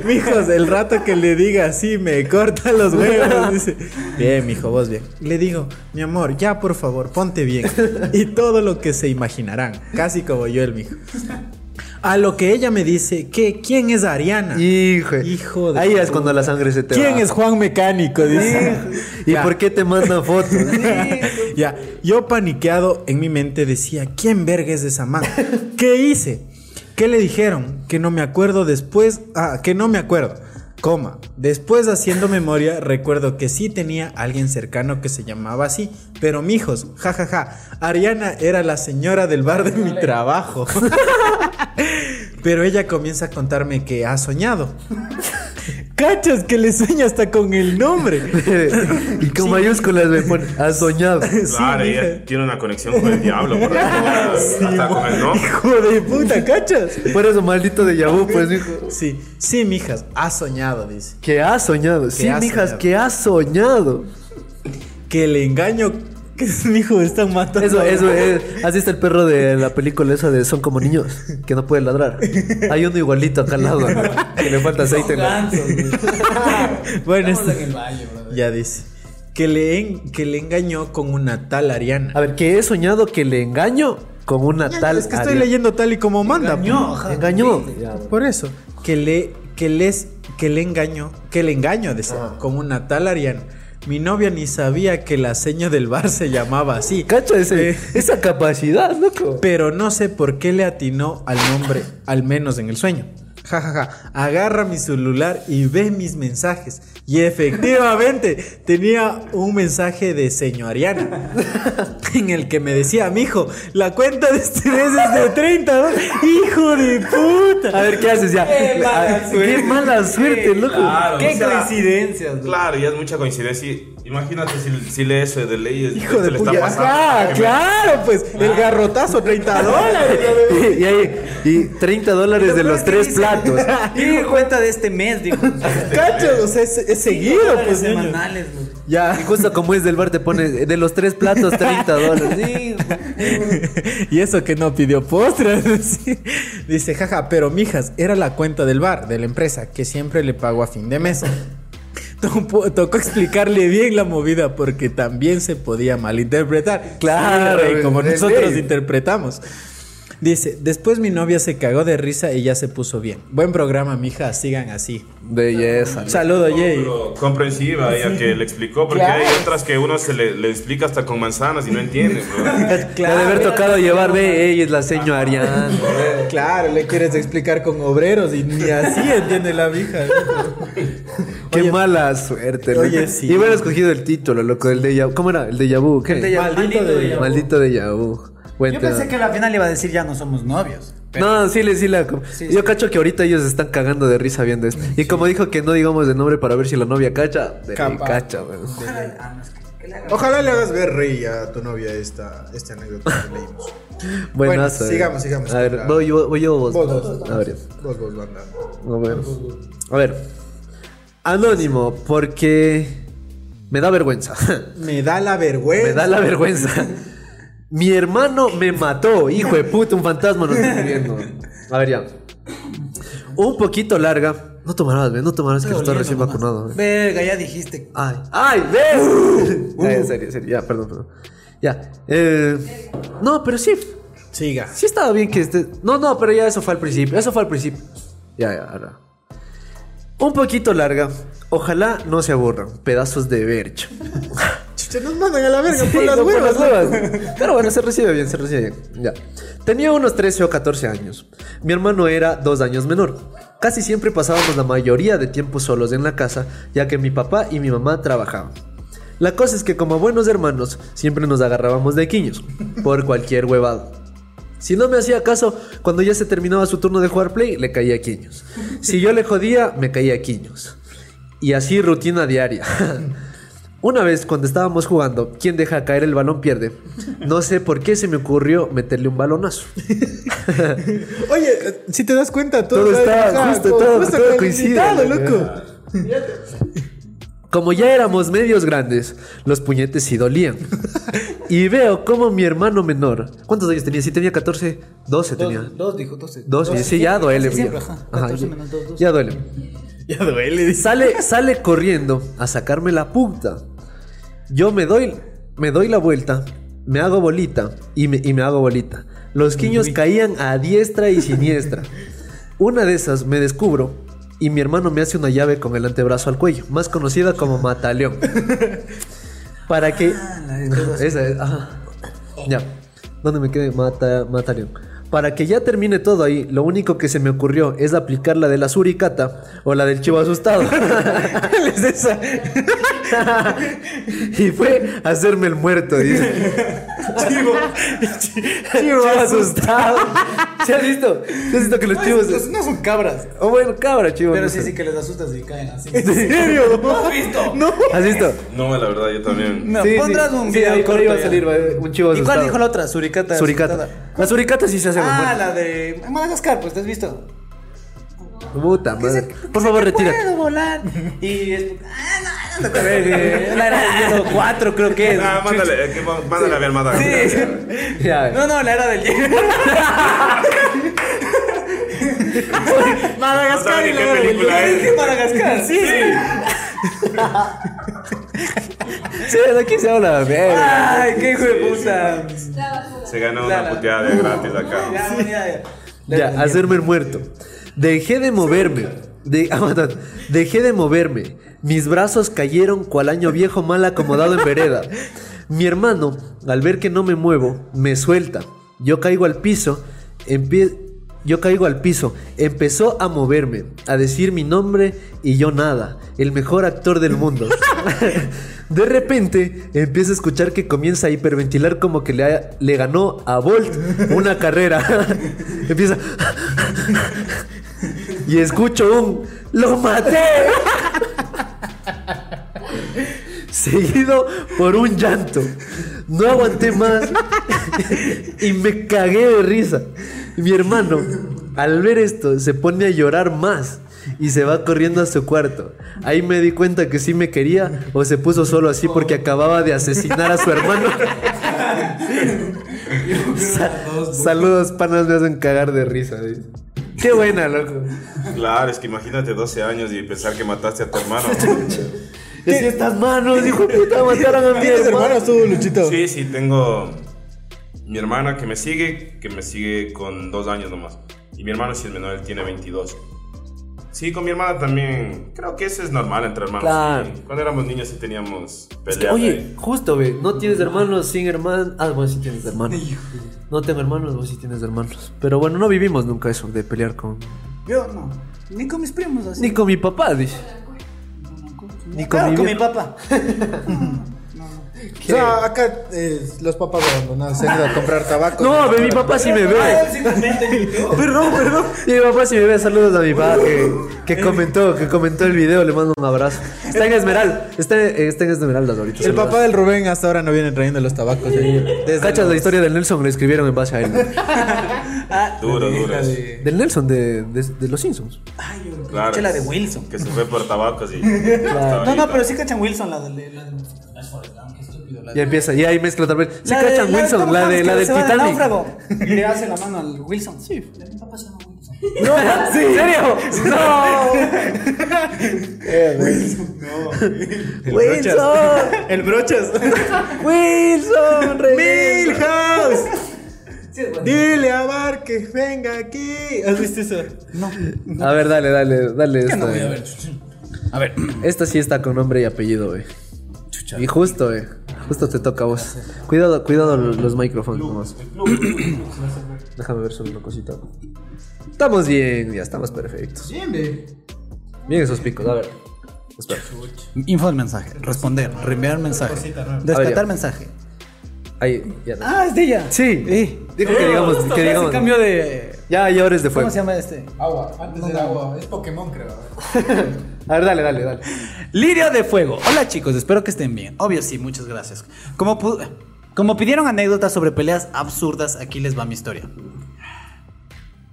[SPEAKER 2] Mijos, el rato que le diga así me corta los huevos. Dice, bien, mijo, vos bien. Le digo, mi amor, ya por favor, ponte bien. Y todo lo que se imaginarán. Casi como yo el mijo. A lo que ella me dice, que ¿quién es Ariana?
[SPEAKER 1] Hijo,
[SPEAKER 2] Hijo de
[SPEAKER 1] Ahí es
[SPEAKER 2] puta.
[SPEAKER 1] cuando la sangre se te
[SPEAKER 2] ¿Quién
[SPEAKER 1] va.
[SPEAKER 2] es Juan Mecánico? Dice.
[SPEAKER 1] ¿Y
[SPEAKER 2] Ya.
[SPEAKER 1] por qué te mandan fotos?
[SPEAKER 2] Ya, yo paniqueado en mi mente decía, ¿quién verga es esa man? ¿Qué hice? ¿Qué le dijeron? Que no me acuerdo después, ah, que no me acuerdo. Coma, después haciendo memoria, recuerdo que sí tenía alguien cercano que se llamaba así, pero mijos, jajaja, Ariana era la señora del bar de mi trabajo. Pero ella comienza a contarme que ha soñado. Cachas que le sueña hasta con el nombre.
[SPEAKER 1] y con mayúsculas me pone, has soñado.
[SPEAKER 2] Sí,
[SPEAKER 4] Claro,
[SPEAKER 2] mija.
[SPEAKER 4] ella tiene una conexión con el diablo. por ahí.
[SPEAKER 2] Sí,
[SPEAKER 4] Hasta con el nombre.
[SPEAKER 2] Hijo de puta, ¿cachas?
[SPEAKER 1] Por eso, maldito de Yahoo, pues, hijo.
[SPEAKER 2] Sí, sí, mijas, has soñado, dice.
[SPEAKER 1] Que has soñado. Sí,
[SPEAKER 2] has
[SPEAKER 1] mijas,
[SPEAKER 2] soñado.
[SPEAKER 1] que has soñado.
[SPEAKER 2] Que el engaño que es mi hijo están matando.
[SPEAKER 1] Eso, eso es. Así está el perro de la película esa de Son como niños, que no puede ladrar. Hay uno igualito acá al lado, ¿no? que le falta aceite. en la-
[SPEAKER 5] Gansos, güey.
[SPEAKER 2] Bueno,
[SPEAKER 5] Estamos
[SPEAKER 2] este-
[SPEAKER 5] en el valle, brother.
[SPEAKER 2] ya dice. Que le, en- que le engañó con una tal Ariana.
[SPEAKER 1] A ver, que he soñado que le engaño con una
[SPEAKER 2] Ya,
[SPEAKER 1] Ah, tal.
[SPEAKER 2] es que estoy
[SPEAKER 1] Ariana.
[SPEAKER 2] leyendo tal y como manda.
[SPEAKER 5] Engañó,
[SPEAKER 2] pues.
[SPEAKER 5] ajá.
[SPEAKER 1] Engañó.
[SPEAKER 2] Por eso, que le, que les, que le engañó, que le engaño, dice, con una tal Ariana. Mi novia ni sabía que la seña del bar se llamaba así.
[SPEAKER 1] Cacha ese-
[SPEAKER 2] Eh,
[SPEAKER 1] esa capacidad, loco.
[SPEAKER 2] Pero no sé por qué le atinó al nombre, al menos en el sueño. Ja, ja, ja. Agarra mi celular y ve mis mensajes. Y efectivamente tenía un mensaje de señoriana en el que me decía, mijo, la cuenta de este mes es de 30, ¿no? hijo de
[SPEAKER 1] A
[SPEAKER 2] puta.
[SPEAKER 1] ver, ¿qué haces ya?
[SPEAKER 5] Qué mala
[SPEAKER 1] A ver,
[SPEAKER 5] suerte.
[SPEAKER 1] Qué mala suerte, loco.
[SPEAKER 4] Claro,
[SPEAKER 5] Qué
[SPEAKER 4] o sea,
[SPEAKER 5] coincidencias, güey.
[SPEAKER 4] Claro, ya es mucha coincidencia. Y- Imagínate si, si lees eso de leyes.
[SPEAKER 2] Hijo de
[SPEAKER 4] le está
[SPEAKER 2] puta.
[SPEAKER 4] pasando.
[SPEAKER 2] Ajá,
[SPEAKER 4] Que me-
[SPEAKER 2] claro, pues el garrotazo 30 dólares.
[SPEAKER 1] Y, ahí, y 30 dólares de los tres platos.
[SPEAKER 5] Tiene cuenta de este mes, dijo.
[SPEAKER 2] Cachos, o sea, es, es seguido,
[SPEAKER 5] Dólares
[SPEAKER 2] pues. niño.
[SPEAKER 5] semanales, güey.
[SPEAKER 1] Y justo como es del bar, te pone de los tres platos 30 dólares.
[SPEAKER 5] Sí, güey.
[SPEAKER 2] y eso que no pidió postres. sí. Dice, jaja, pero mijas, era la cuenta del bar, de la empresa, que siempre le pago a fin de mes. Topo- Tocó explicarle bien la movida porque también se podía malinterpretar.
[SPEAKER 1] Claro,
[SPEAKER 2] Sí, rey, como
[SPEAKER 1] es
[SPEAKER 2] nosotros
[SPEAKER 1] ley.
[SPEAKER 2] interpretamos. Dice, después mi novia se cagó de risa y ya se puso bien. Buen programa, mija, sigan así.
[SPEAKER 1] Belleza.
[SPEAKER 2] Saludo, Jay.
[SPEAKER 4] Pero comprensiva ella que le explicó, porque
[SPEAKER 5] Claro.
[SPEAKER 4] hay otras que uno se le, le explica hasta con manzanas y no entiende. bro.
[SPEAKER 1] La de haber tocado llevar, ve, ella es la señora Ariana.
[SPEAKER 2] Claro, le quieres explicar con obreros y ni así entiende la mija.
[SPEAKER 1] Qué mala suerte, loco.
[SPEAKER 2] Oye, sí.
[SPEAKER 1] Y hubiera escogido el título, loco, el de Yahoo. ¿Cómo era? El de Yahoo, ¿qué?
[SPEAKER 5] El de Yahoo.
[SPEAKER 2] Maldito de-
[SPEAKER 5] Yahoo.
[SPEAKER 1] Maldito de Yahoo. Buen
[SPEAKER 5] Yo
[SPEAKER 1] tema.
[SPEAKER 5] pensé que a la final iba a decir ya no somos novios.
[SPEAKER 1] No, sí, le- sí, la...
[SPEAKER 5] Sí,
[SPEAKER 1] Yo
[SPEAKER 5] sí.
[SPEAKER 1] cacho que ahorita ellos están cagando de risa viendo esto. Y como dijo que no digamos el nombre para ver si la novia cacha, de
[SPEAKER 2] Capa.
[SPEAKER 1] cacha, weón.
[SPEAKER 5] Ah, no, es que- que le haga-
[SPEAKER 2] Ojalá le hagas ver rey a tu novia esta, esta anécdota que leímos.
[SPEAKER 1] Buenazo.
[SPEAKER 2] Bueno, sigamos, sigamos.
[SPEAKER 1] A ver, voy yo, voy yo o vos.
[SPEAKER 2] Vos, vos.
[SPEAKER 1] A ver,
[SPEAKER 2] Vos, vos, banda.
[SPEAKER 1] a ver. A ver. Anónimo, porque me da vergüenza.
[SPEAKER 2] Me da la vergüenza.
[SPEAKER 1] Me da la vergüenza. Este, Mi hermano me mató, hijo de puta, un fantasma nos está viendo. A ver ya. Un poquito larga. No tomarás, ve, no tomarás que estoy recién vacunado. ve.
[SPEAKER 5] Verga, ya dijiste.
[SPEAKER 1] Ay, ay, ves. Ya, en serio, en serio. Ya, perdón, perdón. Ya. eh, no, pero sí.
[SPEAKER 2] Siga.
[SPEAKER 1] Sí estaba bien que este. No, no, pero ya eso fue al principio. Eso fue al principio. Ya, ya, ahora. Un poquito larga. Ojalá no se aburran. Pedazos de bercho.
[SPEAKER 2] Chucha, nos mandan a la verga
[SPEAKER 1] Sí,
[SPEAKER 2] por las
[SPEAKER 1] no, por
[SPEAKER 2] huevas.
[SPEAKER 1] las huevas. Pero bueno, se recibe bien, se recibe bien. Ya. Tenía unos 13 o 14 años. Mi hermano era dos años menor. Casi siempre pasábamos la mayoría de tiempo solos en la casa, ya que mi papá y mi mamá trabajaban. La cosa es que como buenos hermanos, siempre nos agarrábamos de quiños, por cualquier huevado. Si no me hacía caso, cuando ya se terminaba su turno de jugar play, le caía a quiños. Si yo le jodía, me caía a quiños. Y así rutina diaria. Una vez cuando estábamos jugando, quien deja caer el balón pierde. No sé por qué se me ocurrió meterle un balonazo.
[SPEAKER 2] Oye, eh, si te das cuenta, todo,
[SPEAKER 1] Todo
[SPEAKER 2] va
[SPEAKER 1] está
[SPEAKER 2] dibujado
[SPEAKER 1] justo,
[SPEAKER 2] con-
[SPEAKER 1] todo- todo
[SPEAKER 2] con el
[SPEAKER 1] coincide,
[SPEAKER 2] invitado,
[SPEAKER 1] la
[SPEAKER 2] loco.
[SPEAKER 1] Como ya éramos medios grandes, los puñetes sí dolían. Y veo como mi hermano menor. ¿Cuántos años tenía? Si tenía 14, 12 tenía.
[SPEAKER 5] Dos, dos dijo, doce.
[SPEAKER 1] Dos, sí, sí, ya duele.
[SPEAKER 5] Siempre,
[SPEAKER 1] ya.
[SPEAKER 5] ajá.
[SPEAKER 1] Ajá,
[SPEAKER 5] 14
[SPEAKER 1] ya-
[SPEAKER 5] menos dos, dos.
[SPEAKER 1] ya duele.
[SPEAKER 2] Ya duele. dice.
[SPEAKER 1] Sale, sale corriendo a sacarme la punta. Yo me doy, me doy la vuelta, me hago bolita y me, y me hago bolita. Los quiños caían a diestra y siniestra. Una de esas me descubro y mi hermano me hace una llave con el antebrazo al cuello, más conocida como mataleón. Para que.
[SPEAKER 5] Ah,
[SPEAKER 1] Esa es. ajá. Ya. ¿Dónde me quedé? Mata, mataleón. Para que ya termine todo ahí, lo único que se me ocurrió es aplicar la de la suricata o la del chivo asustado. ¿Cuál es esa? y fue hacerme el muerto, dice.
[SPEAKER 2] Chivo.
[SPEAKER 1] Chivo asustado. ¿Se has visto? ¿Se has visto que los chivos.
[SPEAKER 5] Los- Pues, No son cabras.
[SPEAKER 1] O bueno, cabra, chivo.
[SPEAKER 5] Pero
[SPEAKER 1] no
[SPEAKER 5] sí,
[SPEAKER 1] sé.
[SPEAKER 5] sí que les asustas y caen así.
[SPEAKER 1] ¿En serio?
[SPEAKER 5] ¿No has visto? No.
[SPEAKER 1] ¿Has visto?
[SPEAKER 4] No, la verdad, yo también.
[SPEAKER 5] No,
[SPEAKER 1] Sí, sí.
[SPEAKER 5] pondrás un
[SPEAKER 1] Sí,
[SPEAKER 5] video
[SPEAKER 1] ahí por ahí
[SPEAKER 5] corto
[SPEAKER 1] va a
[SPEAKER 5] ya.
[SPEAKER 1] salir va- un chivo
[SPEAKER 5] ¿Y
[SPEAKER 1] asustado.
[SPEAKER 5] cuál dijo la otra? Suricata.
[SPEAKER 1] Suricata.
[SPEAKER 5] asustada.
[SPEAKER 1] La suricata sí se hace
[SPEAKER 5] Ah,
[SPEAKER 1] muerto.
[SPEAKER 5] la de Madagascar, pues, ¿te has visto?
[SPEAKER 1] Puta madre. Por favor, retírate.
[SPEAKER 5] Puedo volar. Y es... Ah, no, no te acuerdas. La era del hielo 4 creo que es.
[SPEAKER 4] Ah, mándale, eh, que ma- mándale a ver, mándale.
[SPEAKER 5] Sí.
[SPEAKER 1] Ya.
[SPEAKER 5] No, no, la era del hielo.
[SPEAKER 4] No
[SPEAKER 5] Madagascar
[SPEAKER 4] sabe
[SPEAKER 5] y
[SPEAKER 4] ni qué
[SPEAKER 5] la era del hielo.
[SPEAKER 4] película es.
[SPEAKER 5] Es de Madagascar, sí.
[SPEAKER 1] Sí, de aquí se habla. verga.
[SPEAKER 5] Ay, qué hijo de puta.
[SPEAKER 4] Se gana una puteada de gratis acá.
[SPEAKER 5] Ya, ya, ya.
[SPEAKER 1] Ya, hacerme el muerto. Dejé de moverme. De, ah, perdón. dejé de moverme. Mis brazos cayeron cual año viejo mal acomodado en vereda. Mi hermano, al ver que no me muevo, me suelta. Yo caigo al piso. empie- yo caigo al piso. Empezó a moverme, a decir mi nombre y yo nada. El mejor actor del mundo. De repente empiezo a escuchar que comienza a hiperventilar como que le, ha- le ganó a Bolt una carrera. empieza. y escucho un ¡Lo maté! Seguido por un llanto. No aguanté más y me cagué de risa. Mi hermano, al ver esto, se pone a llorar más y se va corriendo a su cuarto. Ahí me di cuenta que sí me quería o se puso solo así porque acababa de asesinar a su hermano. Sa- Saludos, panas, me hacen cagar de risa. dice. Qué buena, loco.
[SPEAKER 4] Claro, es que imagínate 12 años y pensar que mataste a tu hermano.
[SPEAKER 1] Decía estas manos, hijo de puta, mataron a mi
[SPEAKER 2] ¿Tienes
[SPEAKER 1] hermano.
[SPEAKER 2] hermanos tú, Luchito?
[SPEAKER 4] Sí, sí, tengo mi hermana que me sigue, que me sigue con dos años nomás. Y mi hermano, si es menor, él tiene 22. Sí, con mi hermana también. Creo que eso es normal entre hermanos.
[SPEAKER 1] Claro.
[SPEAKER 4] Sí, Cuando éramos niños sí teníamos peleas.
[SPEAKER 1] Es que,
[SPEAKER 4] ahí.
[SPEAKER 1] oye, justo, ve, no tienes hermanos sin hermanos. Ah, bueno, sí tienes hermanos. No tengo hermanos, vos sí tienes hermanos. Pero bueno, no vivimos nunca eso de pelear con.
[SPEAKER 5] Yo no. Ni con mis primos así.
[SPEAKER 1] Ni con mi papá, dice. Ni con
[SPEAKER 5] Claro,
[SPEAKER 1] mi
[SPEAKER 5] con
[SPEAKER 1] vie-
[SPEAKER 5] mi papá.
[SPEAKER 2] O sea, acá eh, los papás abandonados se han ido a comprar tabaco.
[SPEAKER 1] No, ve, mi papá sí me
[SPEAKER 5] Ah,
[SPEAKER 1] ve. Perdón, perdón. Y mi papá sí me ve. Saludos a mi papá que, que comentó, que comentó el video. Le mando un abrazo. Está en Esmeralda. Está, está en Esmeralda ahorita.
[SPEAKER 2] El papá
[SPEAKER 1] de.
[SPEAKER 2] del Rubén hasta ahora no viene trayendo los tabacos. ¿eh? Desde
[SPEAKER 1] Cachas
[SPEAKER 2] los-
[SPEAKER 1] la historia del Nelson, le escribieron en base a él.
[SPEAKER 4] Duro, duro.
[SPEAKER 5] Ah, La
[SPEAKER 4] eso.
[SPEAKER 5] de-
[SPEAKER 1] Del Nelson de, de- de los Simpsons.
[SPEAKER 5] Ay, yo
[SPEAKER 4] Claro.
[SPEAKER 5] escuché la de
[SPEAKER 4] es-
[SPEAKER 5] Wilson.
[SPEAKER 4] Que se fue por tabacos y. estaba
[SPEAKER 5] No,
[SPEAKER 4] ahí,
[SPEAKER 5] no, pero sí cachan Wilson, la de... La de... la de Forrest Gump, qué estúpido, la de-
[SPEAKER 1] Ya empieza, y ahí mezcla tal vez. Se
[SPEAKER 5] La de-
[SPEAKER 1] cachan
[SPEAKER 5] la de
[SPEAKER 1] Wilson,
[SPEAKER 5] Tom
[SPEAKER 1] la
[SPEAKER 5] Hanks
[SPEAKER 1] de
[SPEAKER 5] que
[SPEAKER 1] la del
[SPEAKER 5] se va
[SPEAKER 1] Titanic.
[SPEAKER 5] náufrago Y le hace la mano al Wilson. Sí. La de mi papá se llama Wilson.
[SPEAKER 1] No, ¿en serio? No. Wilson.
[SPEAKER 2] El Brochas. El brochas.
[SPEAKER 1] Wilson, regresa.
[SPEAKER 2] Milhouse.
[SPEAKER 5] Sí, es bueno.
[SPEAKER 2] Dile a Bar que venga aquí. ¿Has visto eso?
[SPEAKER 5] No.
[SPEAKER 1] A ver, dale, dale, dale esta.
[SPEAKER 5] voy a
[SPEAKER 1] eh.
[SPEAKER 5] ver. A ver.
[SPEAKER 1] Esta sí está con nombre y apellido, güey.
[SPEAKER 5] Chucha.
[SPEAKER 1] Y justo, eh. Justo te toca a vos. Cuidado, cuidado los, los micrófonos nomás. Déjame ver solo una cosita. Estamos bien, ya estamos perfectos. Bien esos picos, a ver. Espera.
[SPEAKER 5] Info del mensaje. Responder. Reenviar mensaje.
[SPEAKER 1] A ver, ya.
[SPEAKER 5] Descartar mensaje.
[SPEAKER 1] Ahí, ya.
[SPEAKER 5] Ah, es de ella.
[SPEAKER 1] Sí.
[SPEAKER 5] Eh.
[SPEAKER 1] Dijo que digamos, que digamos.
[SPEAKER 5] cambio de.
[SPEAKER 1] Ya, ya ahora es de fuego.
[SPEAKER 5] ¿Cómo se llama este?
[SPEAKER 2] Agua. Antes era agua. Es Pokémon, creo.
[SPEAKER 1] A ver, dale, dale, dale.
[SPEAKER 5] Lirio de Fuego. Hola chicos, espero que estén bien. Obvio sí, muchas gracias. Como, pu- como pidieron anécdotas sobre peleas absurdas, aquí les va mi historia.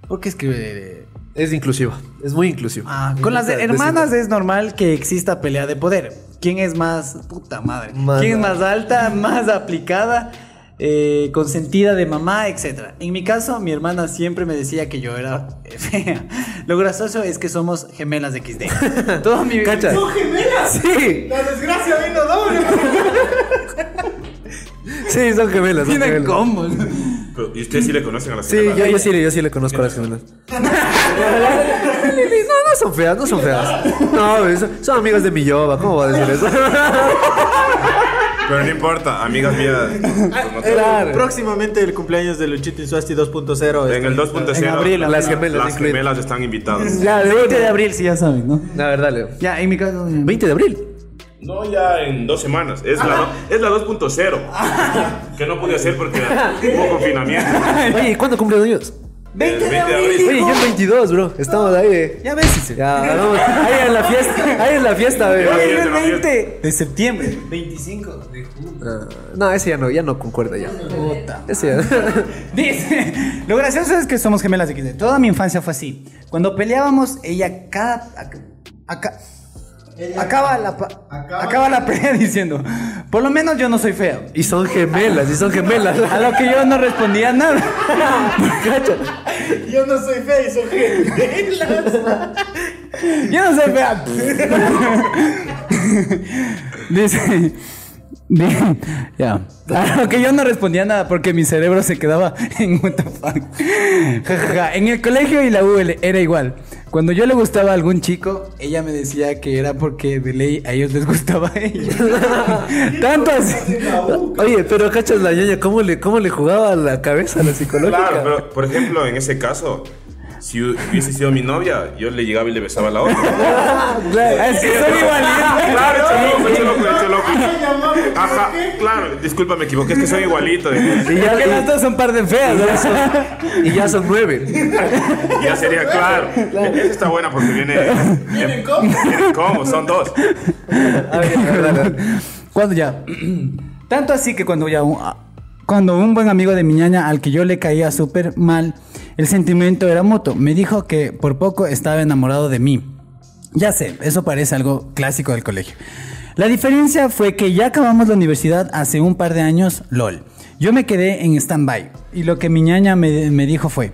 [SPEAKER 5] ¿Por qué escribe de- de-
[SPEAKER 1] eh, Es inclusiva, es muy inclusiva.
[SPEAKER 5] Ah, con las de- hermanas es normal que exista pelea de poder. ¿Quién es más, puta madre?
[SPEAKER 1] Más
[SPEAKER 5] ¿Quién es
[SPEAKER 1] alta.
[SPEAKER 5] más alta, más aplicada, eh, consentida de mamá, etcétera? En mi caso, mi hermana siempre me decía que yo era eh, fea. Lo gracioso es que somos gemelas XD. Todo mi
[SPEAKER 1] Cacha.
[SPEAKER 2] ¡Son gemelas!
[SPEAKER 1] Sí,
[SPEAKER 2] La desgracia vino doble.
[SPEAKER 1] sí, son gemelas. Son
[SPEAKER 5] Tienen
[SPEAKER 1] gemelas.
[SPEAKER 5] combos.
[SPEAKER 4] Pero, ¿Y ustedes sí le conocen a las
[SPEAKER 1] Sí, yo,
[SPEAKER 4] gemelas?
[SPEAKER 1] yo sí, le- yo sí le conozco a las gemelas. No, no son feas, no son feas. No, es- son amigas de mi yoba, ¿cómo va a decir eso?
[SPEAKER 4] Pero no importa, amigas mías. como todas.
[SPEAKER 1] Claro.
[SPEAKER 2] Próximamente el cumpleaños de Luchito Insuasti 2.0.
[SPEAKER 4] En el 2.0
[SPEAKER 5] En abril,
[SPEAKER 1] las gemelas
[SPEAKER 4] las
[SPEAKER 1] incluidas.
[SPEAKER 4] gemelas están invitadas.
[SPEAKER 5] Ya, el 20 de abril, sí, ya saben, ¿no?
[SPEAKER 1] La verdad, Leo.
[SPEAKER 5] Ya, en mi caso.
[SPEAKER 1] 20 de abril.
[SPEAKER 4] No, ya en dos semanas. Es la, do- es la 2.0. Que no pude hacer porque hubo confinamiento.
[SPEAKER 1] Oye, ¿y ¿cuándo cumple años?
[SPEAKER 4] El 20 de abril.
[SPEAKER 1] Oye, yo el 22, bro. Estamos ahí, eh.
[SPEAKER 5] Ya ves.
[SPEAKER 1] Ya, vamos. Ahí en la fiesta, ahí en la fiesta,
[SPEAKER 4] Oye,
[SPEAKER 1] bebé.
[SPEAKER 4] yo el
[SPEAKER 5] 20
[SPEAKER 4] 20
[SPEAKER 5] de septiembre. 25 de junio.
[SPEAKER 1] Ah, No, ese ya no, ya no concuerda ya. Ese ya.
[SPEAKER 5] Dice, lo gracioso es que somos gemelas de XD. Toda mi infancia fue así. Cuando peleábamos, ella cada... ac- aca-
[SPEAKER 2] Ella-
[SPEAKER 5] acaba la pa-
[SPEAKER 2] Acaba-
[SPEAKER 5] acaba la pelea diciendo, por lo menos yo no soy feo.
[SPEAKER 1] Y son gemelas, y son gemelas.
[SPEAKER 5] A lo que yo no respondía nada.
[SPEAKER 2] Yo no soy fea y soy gemelas.
[SPEAKER 5] Yo no soy fea. Dice. di- Ya. A lo que yo no respondía nada porque mi cerebro se quedaba en what the fuck. Ja, ja, ja. En el colegio y la UL era igual. Cuando yo le gustaba a algún chico, ella me decía que era porque de ley a ellos les gustaba a ella. Tanto así.
[SPEAKER 1] Oye, pero cachas la ñoña, ¿cómo le, cómo le jugaba a la cabeza a la psicológica?
[SPEAKER 4] Claro, pero por ejemplo, en ese caso, si hubiese sido mi novia, yo le llegaba y le besaba la otra.
[SPEAKER 5] Es que son igualitos.
[SPEAKER 4] Claro, choloco, choloco, choloco. Ajá, claro, disculpa, me equivoqué, es que son igualitos.
[SPEAKER 1] Y ya,
[SPEAKER 5] Porque
[SPEAKER 1] y-
[SPEAKER 5] las dos son par de feas.
[SPEAKER 1] y ya son, y ya son nueve.
[SPEAKER 4] Ya sería claro. Esa está buena porque viene. ¿Vienen cómo? Son dos.
[SPEAKER 1] A ver, a ver, a ver.
[SPEAKER 5] Cuando ya. Tanto así que cuando ya. un- a- Cuando un buen amigo de mi ñaña, al que yo le caía súper mal, el sentimiento era mutuo. Me dijo que por poco estaba enamorado de mí. Ya sé, eso parece algo clásico del colegio. La diferencia fue que ya acabamos la universidad hace un par de años, lol. Yo me quedé en stand-by y lo que mi ñaña me, me dijo fue,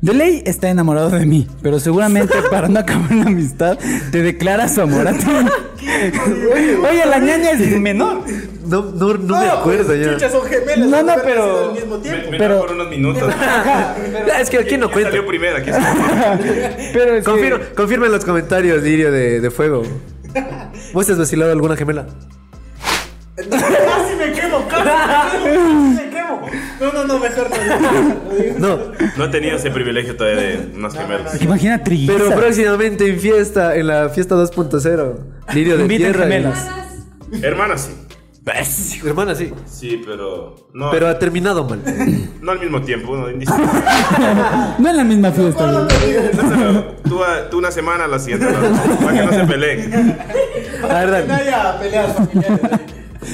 [SPEAKER 5] de ley está enamorado de mí, pero seguramente para no acabar la amistad te declara su amor a ti. Oye, la ñaña es menor.
[SPEAKER 1] No, no, no me acuerdo
[SPEAKER 2] pues,
[SPEAKER 1] ya.
[SPEAKER 2] chucha, son gemelas.
[SPEAKER 5] No, no,
[SPEAKER 2] haber
[SPEAKER 5] pero-
[SPEAKER 2] nacido Al mismo tiempo.
[SPEAKER 4] Me, me
[SPEAKER 5] Pero-
[SPEAKER 4] por unos minutos.
[SPEAKER 1] Ah, Es que aquí no
[SPEAKER 4] ¿Quién
[SPEAKER 1] cuenta.
[SPEAKER 4] Salió primero, aquí está.
[SPEAKER 5] Pero es que-
[SPEAKER 1] Confirma, confirma en los comentarios, Lirio de, de Fuego. ¿Vos te has vacilado alguna gemela?
[SPEAKER 2] Casi me quemo, casi me quemo, casi me quemo. No, no, no, mejor no.
[SPEAKER 1] No.
[SPEAKER 4] No he tenido ese privilegio todavía de unas gemelas.
[SPEAKER 5] Imagina trilliza.
[SPEAKER 1] Pero próximamente en fiesta, en la fiesta 2.0. Lirio de
[SPEAKER 5] Inviten
[SPEAKER 1] tierra. y-
[SPEAKER 5] gemelas.
[SPEAKER 4] Hermanas, sí.
[SPEAKER 1] Hermana, sí.
[SPEAKER 4] Sí, pero. No,
[SPEAKER 1] Pero ha terminado mal.
[SPEAKER 4] no al mismo tiempo. uno dice,
[SPEAKER 5] No en la misma fiesta. güey.
[SPEAKER 4] "Lánzalo, tú, a- tú una semana a la siguiente. ¿no? Para que no se peleen.
[SPEAKER 1] La
[SPEAKER 2] No
[SPEAKER 1] verdad.
[SPEAKER 2] haya peleas familiares. ahí.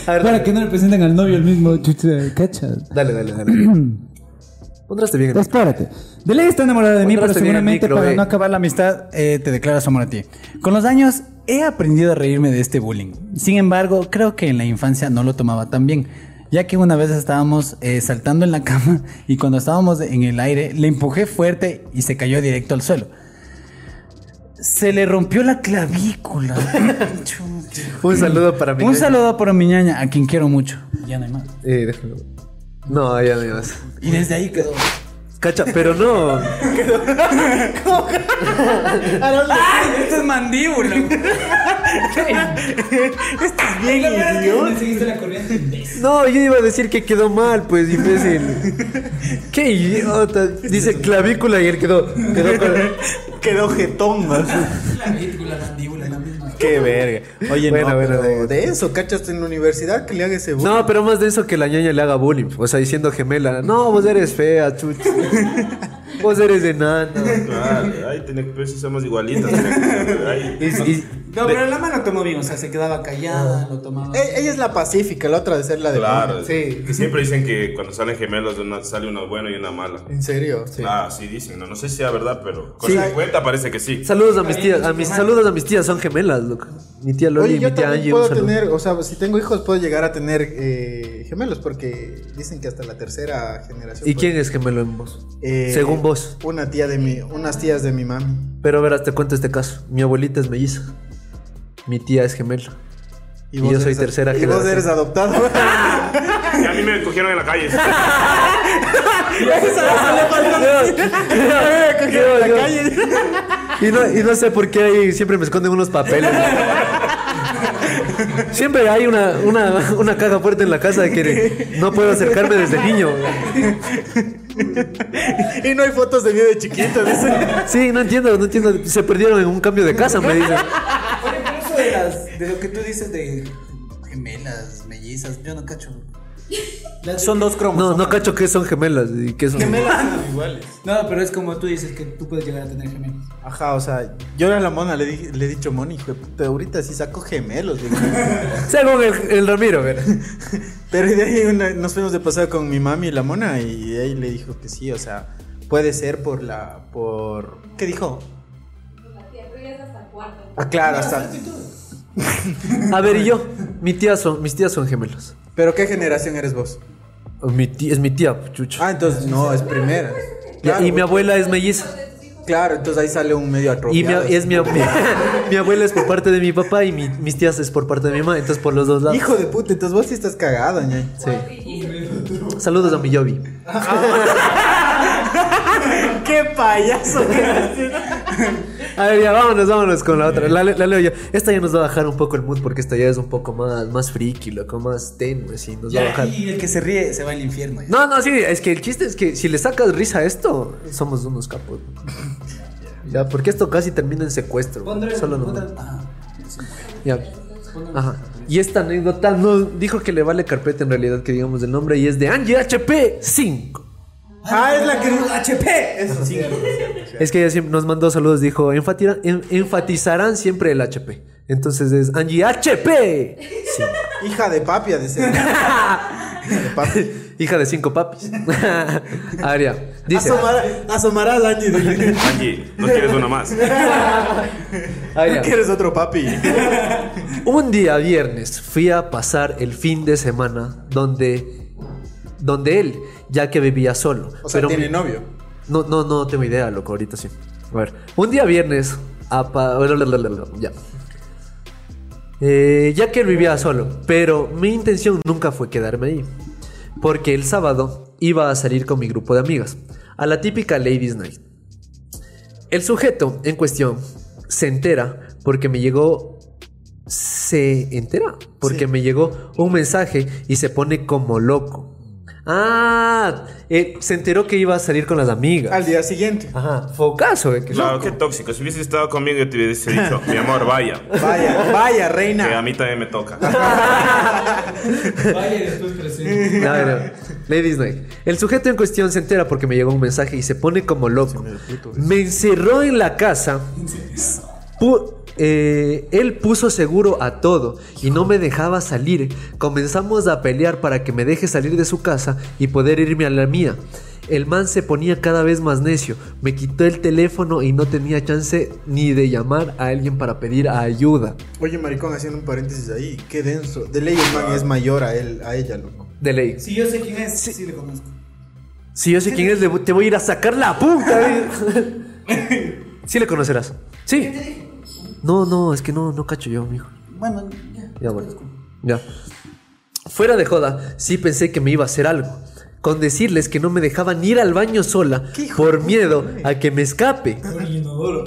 [SPEAKER 1] la verdad.
[SPEAKER 5] Para que no le presenten al novio el mismo chucha, cachas.
[SPEAKER 1] Dale, dale, dale. este Pondrás bien.
[SPEAKER 2] Pues,
[SPEAKER 1] ¿no?
[SPEAKER 5] Espérate. De ley está enamorada de mí, pero
[SPEAKER 1] Contraste bien el
[SPEAKER 5] seguramente
[SPEAKER 1] micro,
[SPEAKER 5] para
[SPEAKER 1] eh.
[SPEAKER 5] no acabar la amistad eh, te declaras amor a ti. Con los años he aprendido a reírme de este bullying. Sin embargo, creo que en la infancia no lo tomaba tan bien, ya que una vez estábamos eh, saltando en la cama y cuando estábamos en el aire le empujé fuerte y se cayó directo al suelo. Se le rompió la clavícula. Chuta.
[SPEAKER 1] Un saludo para mi.
[SPEAKER 5] Un
[SPEAKER 1] ñaña.
[SPEAKER 5] saludo para mi ñaña, a quien quiero mucho. Ya no hay más.
[SPEAKER 1] Eh, déjame. No, ya no hay más.
[SPEAKER 5] Y desde ahí quedó.
[SPEAKER 1] Cacha, pero no.
[SPEAKER 5] ¡Ay! Esto es mandíbula. Esto es bien idiota. seguiste la corriente
[SPEAKER 1] No, yo iba a decir que quedó mal, pues, imbécil. Qué idiota. Dice clavícula y él quedó. Quedó con.
[SPEAKER 2] Quedó jetón, más.
[SPEAKER 5] Clavícula, mandíbula, la misma.
[SPEAKER 2] Qué verga. Oye,
[SPEAKER 1] Bueno,
[SPEAKER 2] no,
[SPEAKER 1] bueno,
[SPEAKER 2] pero
[SPEAKER 1] bueno.
[SPEAKER 2] de eso, ¿cachas en la universidad que le haga ese bullying?
[SPEAKER 1] No, pero más de eso que la ñaña le haga bullying. O sea, diciendo gemela. No, vos eres fea, chucha. Vos eres enana.
[SPEAKER 4] pues Claro, ahí tenés que ver si somos igualitas. tenés que ver, ahí.
[SPEAKER 1] Y, y-
[SPEAKER 5] No, pero la mano tomó bien, o sea, se quedaba callada, lo tomaba.
[SPEAKER 2] E- Ella es la pacífica, la otra de ser la de
[SPEAKER 4] Claro.
[SPEAKER 2] Sí.
[SPEAKER 4] Que siempre dicen que cuando salen gemelos de una- sale una buena y una mala.
[SPEAKER 2] En serio, sí.
[SPEAKER 4] Ah, sí dicen. No, no sé si sea verdad, pero con
[SPEAKER 1] Sí.
[SPEAKER 4] 50 parece que sí.
[SPEAKER 1] Saludos a mis tías, a mis saludos a mis tías, son gemelas, loco. Mi tía Loli
[SPEAKER 2] Oye,
[SPEAKER 1] y
[SPEAKER 2] yo
[SPEAKER 1] mi tía
[SPEAKER 2] también
[SPEAKER 1] Angie, un
[SPEAKER 2] puedo
[SPEAKER 1] saludo.
[SPEAKER 2] tener, o sea, si tengo hijos puedo llegar a tener eh, gemelos porque dicen que hasta la tercera generación.
[SPEAKER 1] ¿Y
[SPEAKER 2] pues,
[SPEAKER 1] quién es gemelo en vos?
[SPEAKER 2] eh,
[SPEAKER 1] Según vos.
[SPEAKER 2] Una tía de mi, unas tías de mi mami.
[SPEAKER 1] Pero verás, te cuento este caso. Mi abuelita es melliza. Mi tía es gemela. Y
[SPEAKER 2] vos
[SPEAKER 1] yo soy
[SPEAKER 2] eres a-
[SPEAKER 1] tercera
[SPEAKER 2] y
[SPEAKER 1] generación.
[SPEAKER 2] vos eres adoptado.
[SPEAKER 4] Y a mí me cogieron en la calle.
[SPEAKER 1] Dios, Dios. Y no, y no sé por qué ahí siempre me esconden unos papeles. ¿no? Siempre hay una, una, una caja fuerte en la casa de que no puedo acercarme desde niño.
[SPEAKER 2] y no hay fotos de mí de chiquito. dice.
[SPEAKER 1] Sí, no entiendo, no entiendo. Se perdieron en un cambio de casa, me dicen.
[SPEAKER 5] Oye, pero eso Este de, las, de lo que tú dices de gemelas, mellizas, yo no cacho. Son dos
[SPEAKER 1] No, no cacho que son gemelas y que son.
[SPEAKER 5] Gemelas iguales. Ah, No, pero es como tú dices que tú puedes llegar a tener gemelas.
[SPEAKER 2] Ajá, o sea, yo a la mona le, dije- le he dicho, Moni, hijo de puta, ahorita sí saco gemelos. le digo.
[SPEAKER 1] Según el, el Ramiro, a ver.
[SPEAKER 2] Pero de ahí una- nos fuimos de paseo con mi mami y la mona y de ahí le dijo que sí, o sea, puede ser por la, por... ¿Qué dijo? Ah, claro, hasta...
[SPEAKER 1] A ver, y yo. Mi tía son, mis tías son gemelos.
[SPEAKER 2] ¿Pero qué generación eres vos?
[SPEAKER 1] Mi tía- es mi tía, chucho.
[SPEAKER 2] Ah, entonces no, es primera. Claro,
[SPEAKER 1] y mi abuela es melliza.
[SPEAKER 2] claro, entonces ahí sale un medio
[SPEAKER 1] Y mi,
[SPEAKER 2] atrofiado.
[SPEAKER 1] es mi, mi, mi abuela es por parte de mi papá y mi- mis tías es por parte de mi mamá, entonces por los dos lados.
[SPEAKER 2] Hijo de puta, entonces vos sí estás cagado, ñay.
[SPEAKER 1] Saludos a mi Yobi.
[SPEAKER 2] ¡Qué payaso!
[SPEAKER 1] A ver, ya vámonos, vámonos con la otra. La, le- la leo yo. Esta ya nos va a bajar un poco el mood porque esta ya es un poco más, más friki, loco, más tenue, así nos va a bajar.
[SPEAKER 5] y el que se ríe se va al infierno. ya.
[SPEAKER 1] No, no, sí, es que el chiste es que si le sacas risa a esto, somos unos capos. Ya, porque esto casi termina en secuestro.
[SPEAKER 5] Pondré-
[SPEAKER 1] Solo no.
[SPEAKER 5] pondré- Ajá.
[SPEAKER 1] Ya. Ajá. Y esta anécdota nos dijo que le vale carpeta en realidad que digamos el nombre y es de Angie HP 5.
[SPEAKER 2] ¡Ah, es la que...
[SPEAKER 5] HP.
[SPEAKER 2] Eso sí.
[SPEAKER 1] Es que ella siempre nos mandó saludos, dijo, "Enfatira- en- enfatizarán siempre el HP. Entonces es Angie HP. Sí.
[SPEAKER 2] Hija de papi, ha de ser. Hija de papi.
[SPEAKER 1] Hija de cinco papis. Aria. Dice.
[SPEAKER 2] Asomar- asomará al año y dile,
[SPEAKER 4] Angie, no quieres una más.
[SPEAKER 1] Aria,
[SPEAKER 2] "¿Tú ¿Quieres otro papi?
[SPEAKER 1] Un día viernes fui a pasar el fin de semana donde, donde él, ya que vivía solo.
[SPEAKER 2] O sea,
[SPEAKER 1] Pero
[SPEAKER 2] tiene
[SPEAKER 1] mi-
[SPEAKER 2] novio.
[SPEAKER 1] No, no, no tengo idea, loco, ahorita sí. A ver, un día viernes, a pa- ya. Eh, ya que él vivía solo, pero mi intención nunca fue quedarme ahí. Porque el sábado iba a salir con mi grupo de amigas, a la típica Ladies Night. El sujeto en cuestión se entera porque me llegó... Se entera porque
[SPEAKER 2] Sí.
[SPEAKER 1] me llegó un mensaje y se pone como loco. Ah, eh, se enteró que iba a salir con las amigas.
[SPEAKER 2] Al día siguiente.
[SPEAKER 1] Ajá, focazo, eh, que
[SPEAKER 4] Claro,
[SPEAKER 1] loco.
[SPEAKER 4] qué tóxico. Si hubiese estado conmigo, yo te hubiese dicho, mi amor, vaya.
[SPEAKER 2] Vaya, vaya,
[SPEAKER 4] Que a
[SPEAKER 2] reina.
[SPEAKER 4] mí también me toca.
[SPEAKER 5] Ah, Vaya después presente.
[SPEAKER 1] A ver, a ver. Ladies Night. El sujeto en cuestión se entera porque me llegó un mensaje y se pone como loco. Me encerró en la casa. Pu- eh, él puso seguro a todo y no me dejaba salir. Comenzamos a pelear para que me deje salir de su casa y poder irme a la mía. El man se ponía cada vez más necio. Me quitó el teléfono y no tenía chance ni de llamar a alguien para pedir ayuda.
[SPEAKER 2] Oye, maricón, haciendo un paréntesis ahí. Qué denso. De ley, el man es mayor a él, a ella, loco.
[SPEAKER 1] De ley.
[SPEAKER 5] Si yo sé quién es, sí, le conozco.
[SPEAKER 1] Si yo sé quién es, le vo- te voy a ir a sacar la puta. eh. sí le conocerás. Sí. No, no, es que no, no cacho yo, mijo.
[SPEAKER 5] Bueno, ya.
[SPEAKER 1] Ya, bueno. Ya. Fuera de joda, sí pensé que me iba a hacer algo. Con decirles que no me dejaban ir al baño sola
[SPEAKER 2] ¿Qué hijo de
[SPEAKER 1] por
[SPEAKER 2] puta
[SPEAKER 1] miedo a que me escape.
[SPEAKER 5] Por el inodoro.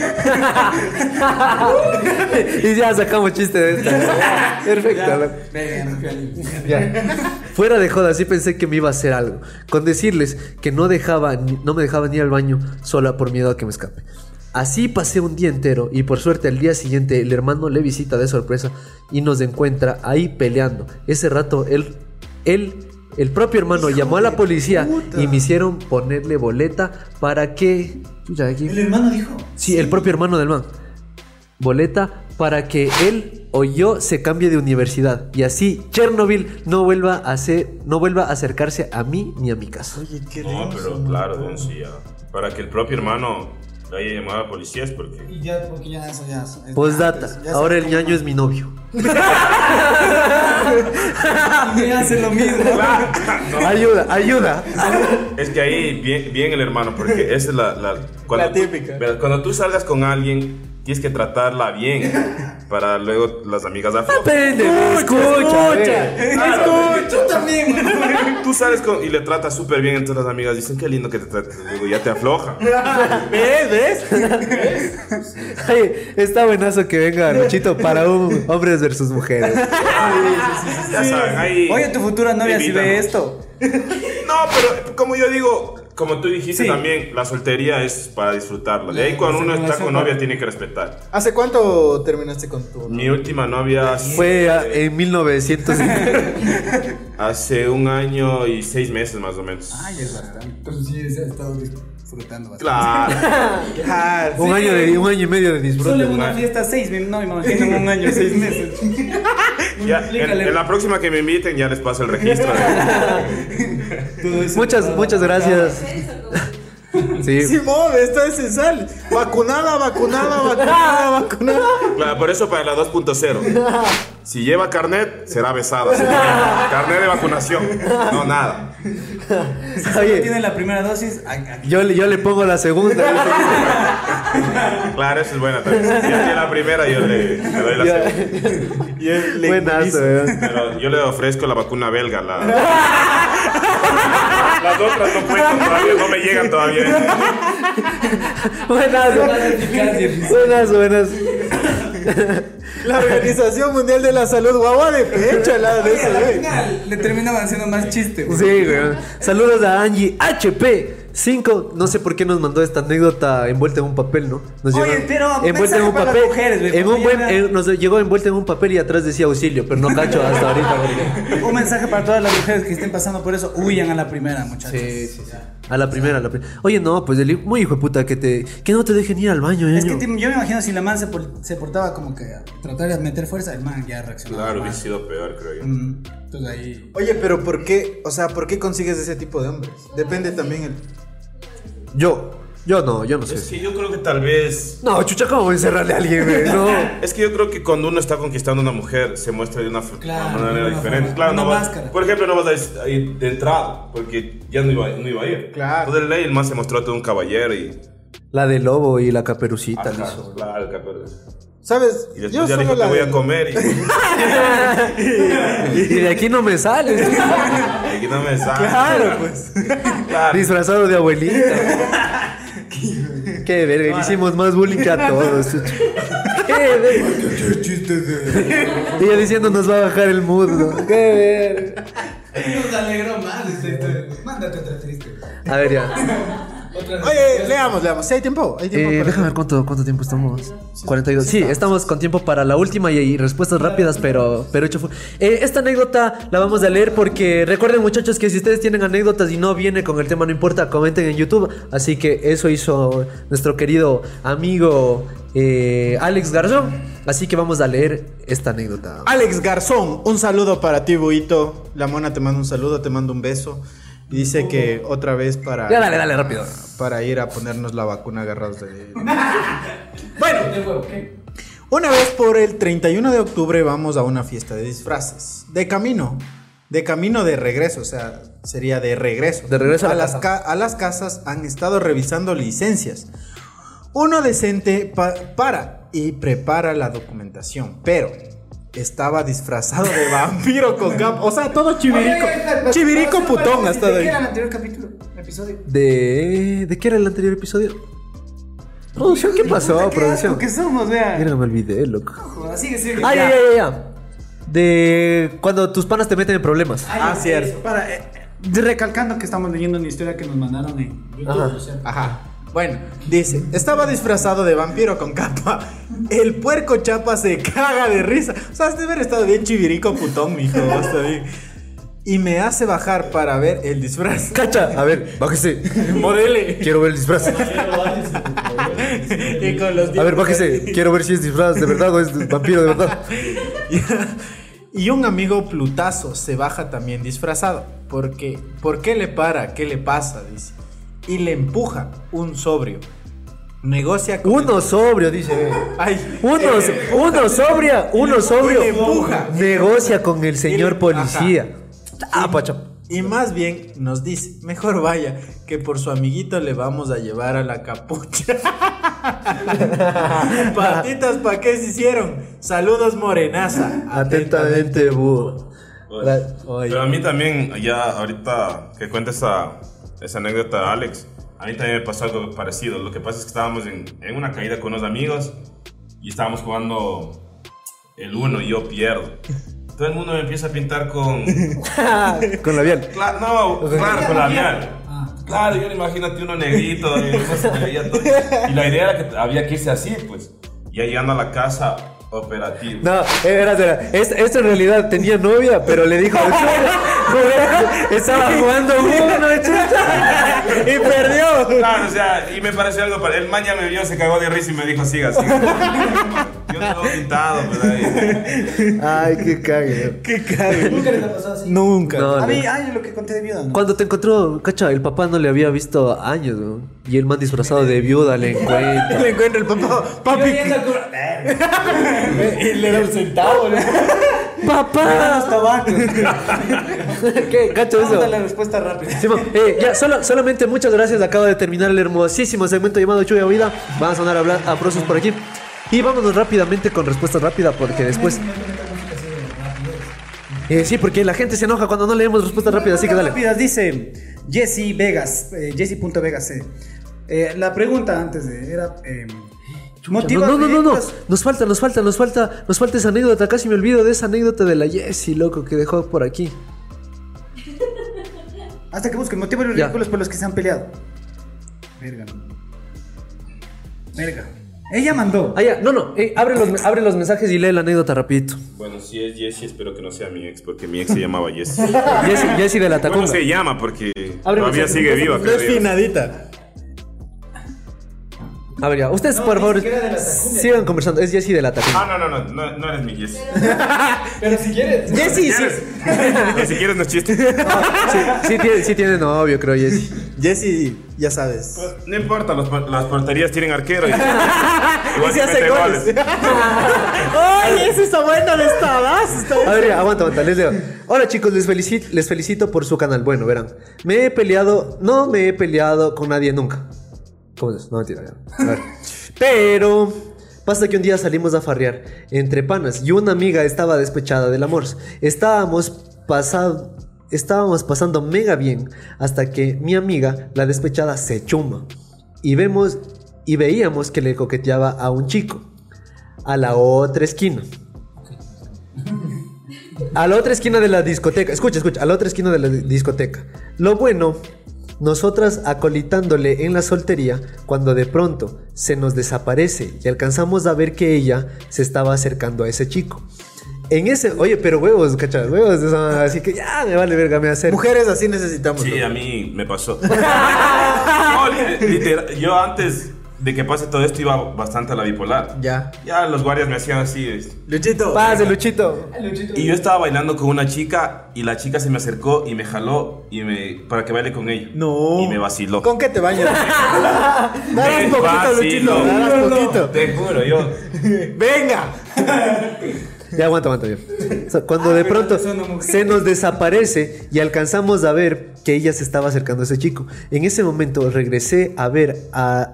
[SPEAKER 1] y ya sacamos chiste de esta. Perfecto. loco.
[SPEAKER 5] Verga, me fui al infierno.
[SPEAKER 1] Ya. Fuera de joda, sí pensé que me iba a hacer algo. Con decirles que no, dejaba, ni- no me dejaban ir al baño sola por miedo a que me escape. Así pasé un día entero y por suerte al día siguiente el hermano le visita de sorpresa y nos encuentra ahí peleando. Ese rato él, él el propio hermano llamó a la policía
[SPEAKER 2] puta.
[SPEAKER 1] y me hicieron ponerle boleta para que... Chuta, aquí-
[SPEAKER 5] El hermano dijo.
[SPEAKER 1] Sí, el propio hermano del man. boleta para que él o yo se cambie de universidad y así Chernobyl no vuelva a ser, no vuelva a acercarse a mí ni a mi casa.
[SPEAKER 2] Oye, qué
[SPEAKER 4] No,
[SPEAKER 2] denso,
[SPEAKER 4] pero
[SPEAKER 2] man.
[SPEAKER 4] claro, denso ya. Para que el propio hermano le haya llamado a policías porque...
[SPEAKER 5] Y ya, porque ya eso ya. es de
[SPEAKER 4] Pues
[SPEAKER 5] antes,
[SPEAKER 1] Postdata,
[SPEAKER 5] ya
[SPEAKER 1] ahora
[SPEAKER 5] sabes
[SPEAKER 1] el ñaño es mi novio.
[SPEAKER 5] cómo- Me hace lo mismo.
[SPEAKER 1] Ayuda, ayuda.
[SPEAKER 4] Es que ahí bien, bien el hermano, porque esa es la... la-
[SPEAKER 2] La
[SPEAKER 4] tú-
[SPEAKER 2] típica.
[SPEAKER 4] verás, cuando tú salgas con alguien, tienes que tratarla bien para luego las amigas
[SPEAKER 5] Ah,
[SPEAKER 4] aflojen.
[SPEAKER 1] Aprende, escucha. eh. ve.
[SPEAKER 4] Claro,
[SPEAKER 5] Tú también.
[SPEAKER 4] Tú sales con, y le tratas súper bien, entonces las amigas dicen, qué lindo que te trates. Digo, ya te afloja.
[SPEAKER 2] ¿Ves? ¿Ves?
[SPEAKER 1] Ay, está buenazo que venga Rochito para un hombres versus mujeres.
[SPEAKER 4] Ya saben, ahí...
[SPEAKER 5] Oye, tu futura novia si ve
[SPEAKER 4] evitan.
[SPEAKER 5] esto.
[SPEAKER 4] No, pero como yo digo, como tú dijiste
[SPEAKER 5] Sí.
[SPEAKER 4] también, la soltería es para disfrutarla. De ahí cuando
[SPEAKER 5] la
[SPEAKER 4] uno está
[SPEAKER 5] relación
[SPEAKER 4] con
[SPEAKER 5] para-
[SPEAKER 4] novia tiene que respetar.
[SPEAKER 2] ¿Hace cuánto terminaste con tu.?
[SPEAKER 4] Mi última novia
[SPEAKER 1] Fue a- en 1900.
[SPEAKER 4] hace un año y seis meses más o menos.
[SPEAKER 5] Ay, es bastante. Entonces sí, se ha estado disfrutando bastante.
[SPEAKER 4] Claro.
[SPEAKER 2] Ah,
[SPEAKER 1] un, año de, un año y medio de
[SPEAKER 5] Solo en
[SPEAKER 1] disfrute.
[SPEAKER 5] una fiesta seis, me- no me imagino en un año, seis meses.
[SPEAKER 4] Ya, en,
[SPEAKER 5] Explícale.
[SPEAKER 4] en la próxima que me inviten ya les paso el registro.
[SPEAKER 5] Todo eso.
[SPEAKER 1] Muchas, muchas gracias. Sí.
[SPEAKER 2] Simón, está esencial. Vacunada, vacunada, vacunada, vacunada.
[SPEAKER 4] Claro, por eso para la 2.0. Si lleva carnet, será besada. Si tiene carnet de vacunación. No, nada.
[SPEAKER 5] Solo
[SPEAKER 1] Oye,
[SPEAKER 5] tiene la primera dosis. ay, ay.
[SPEAKER 1] yo, le- yo le pongo la segunda.
[SPEAKER 4] Claro, eso es buena también. Si ya tiene la primera, yo le, le doy la segunda.
[SPEAKER 1] Buenazo, weón.
[SPEAKER 4] Pero yo le ofrezco la vacuna belga. La... Las otras no cuentan todavía, no me llegan todavía.
[SPEAKER 1] Buenas,
[SPEAKER 5] Buenas.
[SPEAKER 1] buenas, buenas.
[SPEAKER 2] La Organización Mundial de la Salud, guagua de pecho, la de
[SPEAKER 5] Oye, a la ¿eh?
[SPEAKER 2] ese, güey.
[SPEAKER 5] final le terminan haciendo más chiste. güey.
[SPEAKER 1] Sí, güey. Saludos a Angie HP5. No sé por qué nos mandó esta anécdota envuelta en un papel, ¿no? Nos
[SPEAKER 5] Oye, pero
[SPEAKER 1] envuelta
[SPEAKER 5] mensaje
[SPEAKER 1] en un
[SPEAKER 5] para
[SPEAKER 1] papel.
[SPEAKER 5] las mujeres, güey,
[SPEAKER 1] en un
[SPEAKER 5] porque ya
[SPEAKER 1] buen,
[SPEAKER 5] me-
[SPEAKER 1] en- nos llegó envuelta en un papel y atrás decía auxilio, pero no cacho hasta ahorita. güey.
[SPEAKER 5] Un mensaje para todas las mujeres que estén pasando por eso, huyan a la primera, muchachos.
[SPEAKER 1] Sí, sí, sí. A la primera, a la primera. Oye, no, pues el hi- muy hijo de puta que te que no te dejen ir al baño,
[SPEAKER 5] Es que
[SPEAKER 1] ñaño.
[SPEAKER 5] te- yo me imagino si la man se, por- se portaba como que a tratar de meter fuerza, el man ya reaccionaba.
[SPEAKER 4] Claro, hubiera
[SPEAKER 5] más.
[SPEAKER 4] sido peor, creo yo.
[SPEAKER 5] Mm, Entonces ahí.
[SPEAKER 2] Oye, pero ¿por qué? O sea, ¿por qué consigues ese tipo de hombres? Depende también el.
[SPEAKER 1] Yo, yo no, yo no sé.
[SPEAKER 4] Es que yo creo que tal vez.
[SPEAKER 1] No, chucha, ¿cómo voy a encerrarle a alguien, güey? No.
[SPEAKER 4] Es que yo creo que cuando uno está conquistando a una mujer, se muestra de una, f-
[SPEAKER 5] Claro,
[SPEAKER 4] una manera
[SPEAKER 5] de una
[SPEAKER 4] diferente.
[SPEAKER 5] forma,
[SPEAKER 4] claro, no
[SPEAKER 5] una
[SPEAKER 4] vas-
[SPEAKER 5] máscara.
[SPEAKER 4] por ejemplo, no vas a ir- a ir de entrada, porque ya no iba, no iba a ir.
[SPEAKER 2] Claro.
[SPEAKER 4] Entonces, ley, el más se mostró todo un caballero y.
[SPEAKER 1] La del lobo y la caperucita,
[SPEAKER 4] Ajá,
[SPEAKER 1] liso.
[SPEAKER 4] claro, el capelo.
[SPEAKER 2] ¿Sabes?
[SPEAKER 4] Y después ya le dijo, te voy a comer y. y
[SPEAKER 1] Y de aquí no me sales.
[SPEAKER 4] aquí no me sale.
[SPEAKER 1] Claro, pues.
[SPEAKER 4] Claro.
[SPEAKER 1] Disfrazado de abuelita. Qué verga, le hicimos más bullying que a todos. Qué verga. Y Ella diciendo nos va a bajar el mood. ¿no? Qué verga.
[SPEAKER 5] Nos alegró más esta historia. Mándate otra triste.
[SPEAKER 1] A ver ya.
[SPEAKER 2] Oye, leamos, leamos. Si hay tiempo, hay tiempo.
[SPEAKER 1] Eh,
[SPEAKER 2] para-
[SPEAKER 1] déjame ver cuánto, cuánto tiempo estamos. 42. Sí, estamos con tiempo para la última y, y respuestas rápidas, pero, pero hecho fu- Eh, Esta anécdota la vamos a leer porque recuerden muchachos que si ustedes tienen anécdotas y no viene con el tema, no importa, comenten en YouTube. Así que eso hizo nuestro querido amigo eh, Alex Garzón. Así que vamos a leer esta anécdota.
[SPEAKER 2] Alex Garzón, un saludo para ti, Buito. La mona te manda un saludo, te manda un beso. Y dice que otra vez para.
[SPEAKER 1] Ya, dale, dale, rápido.
[SPEAKER 2] Para ir a ponernos la vacuna agarrados de. bueno. Una vez por el 31 de octubre vamos a una fiesta de disfraces. De camino. De camino de regreso, o sea, sería de regreso.
[SPEAKER 1] De regreso a la
[SPEAKER 2] las
[SPEAKER 1] casa.
[SPEAKER 2] ca- a las casas han estado revisando licencias. Uno decente pa- para y prepara la documentación, pero estaba disfrazado de vampiro con cap, o sea, todo chivirico, chivirico putón hasta de
[SPEAKER 5] Era el
[SPEAKER 2] ahí.
[SPEAKER 5] anterior capítulo, episodio.
[SPEAKER 1] De... ¿De qué era el anterior episodio? Producción, ¿qué pasó,
[SPEAKER 5] Puta, qué
[SPEAKER 1] producción?
[SPEAKER 5] asco que somos, vean.
[SPEAKER 1] Mira, me olvidé, loco.
[SPEAKER 5] Joder, Sigue, sigue.
[SPEAKER 1] Ah, ya,
[SPEAKER 5] Ya.
[SPEAKER 1] ya, ya, ya. De cuando tus panas te meten en problemas.
[SPEAKER 5] Ay,
[SPEAKER 2] Ah,
[SPEAKER 5] ok,
[SPEAKER 2] cierto.
[SPEAKER 5] Para, eh, eh, recalcando que estamos leyendo una historia que nos mandaron en YouTube.
[SPEAKER 1] Ajá.
[SPEAKER 5] o sea,
[SPEAKER 2] Ajá. Bueno, dice, estaba disfrazado de vampiro con capa. El puerco este chapa se caga de risa. O sea, has de haber estado bien chivirico putón, mijo. hasta ahí. y me hace bajar para ver el disfraz.
[SPEAKER 1] Cacha, a ver, bájese.
[SPEAKER 2] Modele.
[SPEAKER 1] Quiero ver el disfraz.
[SPEAKER 2] y con los
[SPEAKER 1] A ver,
[SPEAKER 2] dientes
[SPEAKER 1] bájese. Quiero ver si es disfraz de verdad o es vampiro de verdad.
[SPEAKER 2] Y un amigo plutazo se baja también disfrazado. Porque, ¿por qué le para? ¿Qué le pasa? Dice. Y le empuja un sobrio. Negocia con.
[SPEAKER 1] Uno sobrio, dice.
[SPEAKER 2] Ay,
[SPEAKER 1] Uno,
[SPEAKER 2] eh,
[SPEAKER 1] uno sobria, uno sobrio.
[SPEAKER 2] le empuja.
[SPEAKER 1] Negocia con el señor
[SPEAKER 2] Ajá.
[SPEAKER 1] policía. Ah, pacho.
[SPEAKER 2] Y más bien nos dice, mejor vaya, que por su amiguito le vamos a llevar a la capucha. Patitas, ¿pa' qué se hicieron? Saludos, morenaza.
[SPEAKER 1] Atentamente, búho. La- Pues, Oye.
[SPEAKER 4] Pero a mí también, ya ahorita que cuenta esa, esa anécdota, Alex, a mí también me pasó algo parecido. Lo que pasa es que estábamos en, en una caída con unos amigos y estábamos jugando el uno y yo pierdo. Todo el mundo me empieza a pintar con...
[SPEAKER 1] Con labial.
[SPEAKER 4] Cla- no, claro, con labial. Claro, yo imagínate uno negrito, y, eso se le veía todo. Y la idea era que había que irse así, pues. Ya llegando a la casa, operativo.
[SPEAKER 1] No, era, era. Esto, esto en realidad tenía novia, pero le dijo al chuta. Estaba jugando uno, chuta. Y perdió.
[SPEAKER 4] Claro, o sea, y me pareció algo para El man ya me vio, se cagó de risa y me dijo, siga, siga. Yo todo pintado, pues ahí.
[SPEAKER 1] Ay, qué cague.
[SPEAKER 2] Qué cague.
[SPEAKER 5] Nunca les ha pasado así.
[SPEAKER 2] Nunca.
[SPEAKER 1] No,
[SPEAKER 5] A
[SPEAKER 1] no.
[SPEAKER 5] mí, ay, lo que conté de viuda. ¿no?
[SPEAKER 1] Cuando te encontró, cacha, el papá no le había visto años, ¿no? Y el man disfrazado de viuda le encuentra.
[SPEAKER 2] Le encuentra el papá.
[SPEAKER 5] Yo
[SPEAKER 2] Papi.
[SPEAKER 5] yendo al cura- Eh, y le da un centavo, le
[SPEAKER 1] ¡Papá!
[SPEAKER 5] tabaco.
[SPEAKER 1] ¿Qué? ¿Cacho eso?
[SPEAKER 5] Dale la respuesta rápida.
[SPEAKER 1] Simón, eh, ya, solo- solamente muchas gracias. Acaba de terminar el hermosísimo segmento llamado Lluvia Oída. Van a sonar a, hablar, a prosos por aquí. Y vámonos rápidamente con respuesta rápida porque después. Eh, sí, porque la gente se enoja cuando no leemos respuesta rápida, así que dale.
[SPEAKER 5] Rápidas, dice Jesse Vegas, eh, Jesse.vegas. eh. Eh, la pregunta antes de, era. Eh,
[SPEAKER 1] No,
[SPEAKER 5] motivos
[SPEAKER 1] no, no, no, no.
[SPEAKER 5] directos-
[SPEAKER 1] Nos falta, nos falta, nos falta, nos falta esa anécdota. Casi me olvido de esa anécdota de la Jessie, loco, que dejó por aquí.
[SPEAKER 5] Hasta que busquen motivos
[SPEAKER 1] Ya.
[SPEAKER 5] ridículos por los que se han peleado. Verga. no. Verga. Ella mandó.
[SPEAKER 1] Ah, ya, no, no. eh, abre, los, abre los mensajes y lee la anécdota rapidito.
[SPEAKER 4] Bueno, si es Jesse, espero que no sea mi ex, porque mi ex se llamaba Jesse.
[SPEAKER 1] Jessie, Jessie de la
[SPEAKER 4] ¿Cómo
[SPEAKER 1] Tacunga.
[SPEAKER 4] se llama? Porque
[SPEAKER 1] Abre
[SPEAKER 4] todavía
[SPEAKER 1] los ojos,
[SPEAKER 4] sigue viva.
[SPEAKER 2] No es
[SPEAKER 4] creo yo.
[SPEAKER 2] finadita.
[SPEAKER 1] A ver, ya. Ustedes, por favor, sigan conversando. Es Jessie de la Tacunga.
[SPEAKER 4] Ah, no, no, no, no, no eres mi Jesse.
[SPEAKER 5] Pero si quieres.
[SPEAKER 1] Jessie, sí.
[SPEAKER 4] ¿Quieres? Que si quieres, no es chiste.
[SPEAKER 1] Sí, sí tiene, sí tiene novio, creo, Jessie.
[SPEAKER 2] Jesse, ya sabes.
[SPEAKER 4] No importa, los por- las porterías tienen arquero. Y, igual
[SPEAKER 1] se hace
[SPEAKER 4] mete
[SPEAKER 1] goles.
[SPEAKER 2] ¡Ay, ese está bueno! ¡Le estabas!
[SPEAKER 1] A ver, ya, aguanta, aguanta, les leo. Hola chicos, les felicito, les felicito por su canal. Bueno, verán, me he peleado, no me he peleado con nadie nunca. ¿Cómo es? No, mentira, ya. A ver. Pero pasa que un día salimos a farrear entre panas y una amiga estaba despechada del amor. Estábamos pasado, estábamos pasando mega bien hasta que mi amiga, la despechada, se chuma. Y vemos y veíamos que le coqueteaba a un chico a la otra esquina. A la otra esquina de la discoteca. Escucha, escucha. A la otra esquina de la di- discoteca. Lo bueno, nosotras acolitándole en la soltería cuando de pronto se nos desaparece y alcanzamos a ver que ella se estaba acercando a ese chico. En ese, oye, pero huevos, cachas, huevos, esa madre, así que ya me vale verga, me hacer.
[SPEAKER 2] Mujeres así necesitamos.
[SPEAKER 4] Sí, a mí me pasó. No, li- literal, yo antes de que pase todo esto iba bastante a la bipolar.
[SPEAKER 2] Ya.
[SPEAKER 4] Ya los guardias me hacían así. es-
[SPEAKER 2] Luchito.
[SPEAKER 1] Pase, Luchito.
[SPEAKER 4] Y yo estaba bailando con una chica y la chica se me acercó y me jaló y me, para que baile con ella.
[SPEAKER 2] No.
[SPEAKER 4] Y me vaciló.
[SPEAKER 2] ¿Con qué te bañas?
[SPEAKER 4] Me
[SPEAKER 2] Darás poquito,
[SPEAKER 4] vaciló.
[SPEAKER 2] Luchito. Darás poquito.
[SPEAKER 4] Te juro, yo.
[SPEAKER 2] ¡Venga!
[SPEAKER 1] Ya aguanta, aguanta bien. O sea, Cuando de pronto se nos desaparece y alcanzamos a ver que ella se estaba acercando a ese chico. En ese momento regresé a ver a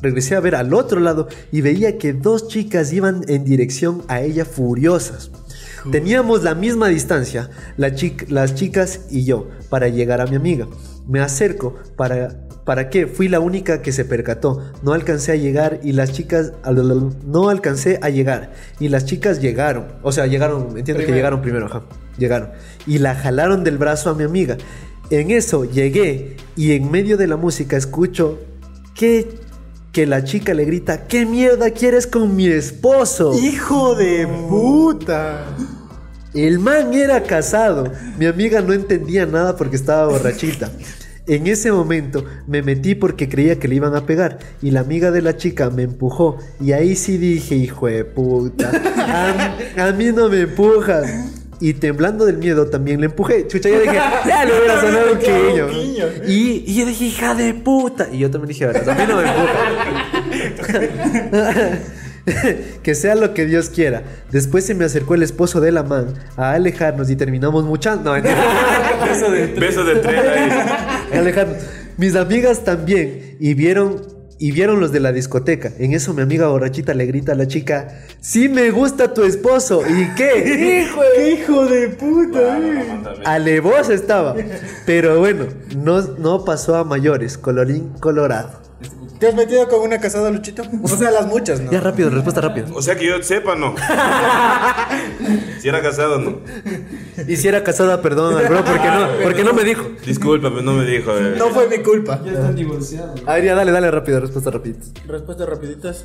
[SPEAKER 1] regresé a ver al otro lado y veía que dos chicas iban en dirección a ella furiosas. Teníamos la misma distancia, la chic- las chicas y yo, para llegar a mi amiga. Me acerco para ¿Para qué? Fui la única que se percató. No alcancé a llegar y las chicas no alcancé a llegar y las chicas llegaron. O sea, llegaron, entiendo que llegaron primero, ajá. Llegaron y la jalaron del brazo a mi amiga. En eso llegué y en medio de la música escucho que que la chica le grita, "¿Qué mierda quieres con mi esposo?"
[SPEAKER 2] ¡Hijo de puta!
[SPEAKER 1] El man era casado. Mi amiga no entendía nada porque estaba borrachita. En ese momento me metí porque creía que le iban a pegar y la amiga de la chica me empujó y ahí sí dije, hijo de puta, a, a mí no me empujan. Y temblando del miedo también le empujé. Chucha, yo dije, ya le hubiera sonado un
[SPEAKER 2] Claro, un
[SPEAKER 1] quiño.
[SPEAKER 2] quiño.
[SPEAKER 1] Y, y yo dije, hija de puta. Y yo también dije, verás, a mí no me empujan. que sea lo que Dios quiera. Después se me acercó el esposo de la man a alejarnos y terminamos muchando. No, mentira.
[SPEAKER 2] Eso de
[SPEAKER 4] Besos de tres ahí.
[SPEAKER 1] Alejandro, mis amigas también y vieron y vieron los de la discoteca. En eso mi amiga borrachita le grita a la chica, "Sí me gusta tu esposo." ¿Y qué? Hijo
[SPEAKER 2] ¡Qué hijo de puta! eh!
[SPEAKER 1] Alevosa estaba. Pero bueno, no, no pasó a mayores, colorín colorado.
[SPEAKER 2] ¿Te has metido con una casada, Luchito? O sea, las muchas, ¿no?
[SPEAKER 1] Ya rápido, respuesta rápida.
[SPEAKER 4] O sea que yo sepa, no. si era casado, no.
[SPEAKER 1] Y si era casada, perdón al bro, porque no, porque no me dijo.
[SPEAKER 4] Discúlpame, no me dijo. eh.
[SPEAKER 2] No fue mi culpa.
[SPEAKER 5] Ya están divorciados.
[SPEAKER 1] A ver, ya dale, dale rápido, respuesta rápida.
[SPEAKER 2] Respuestas rapiditas.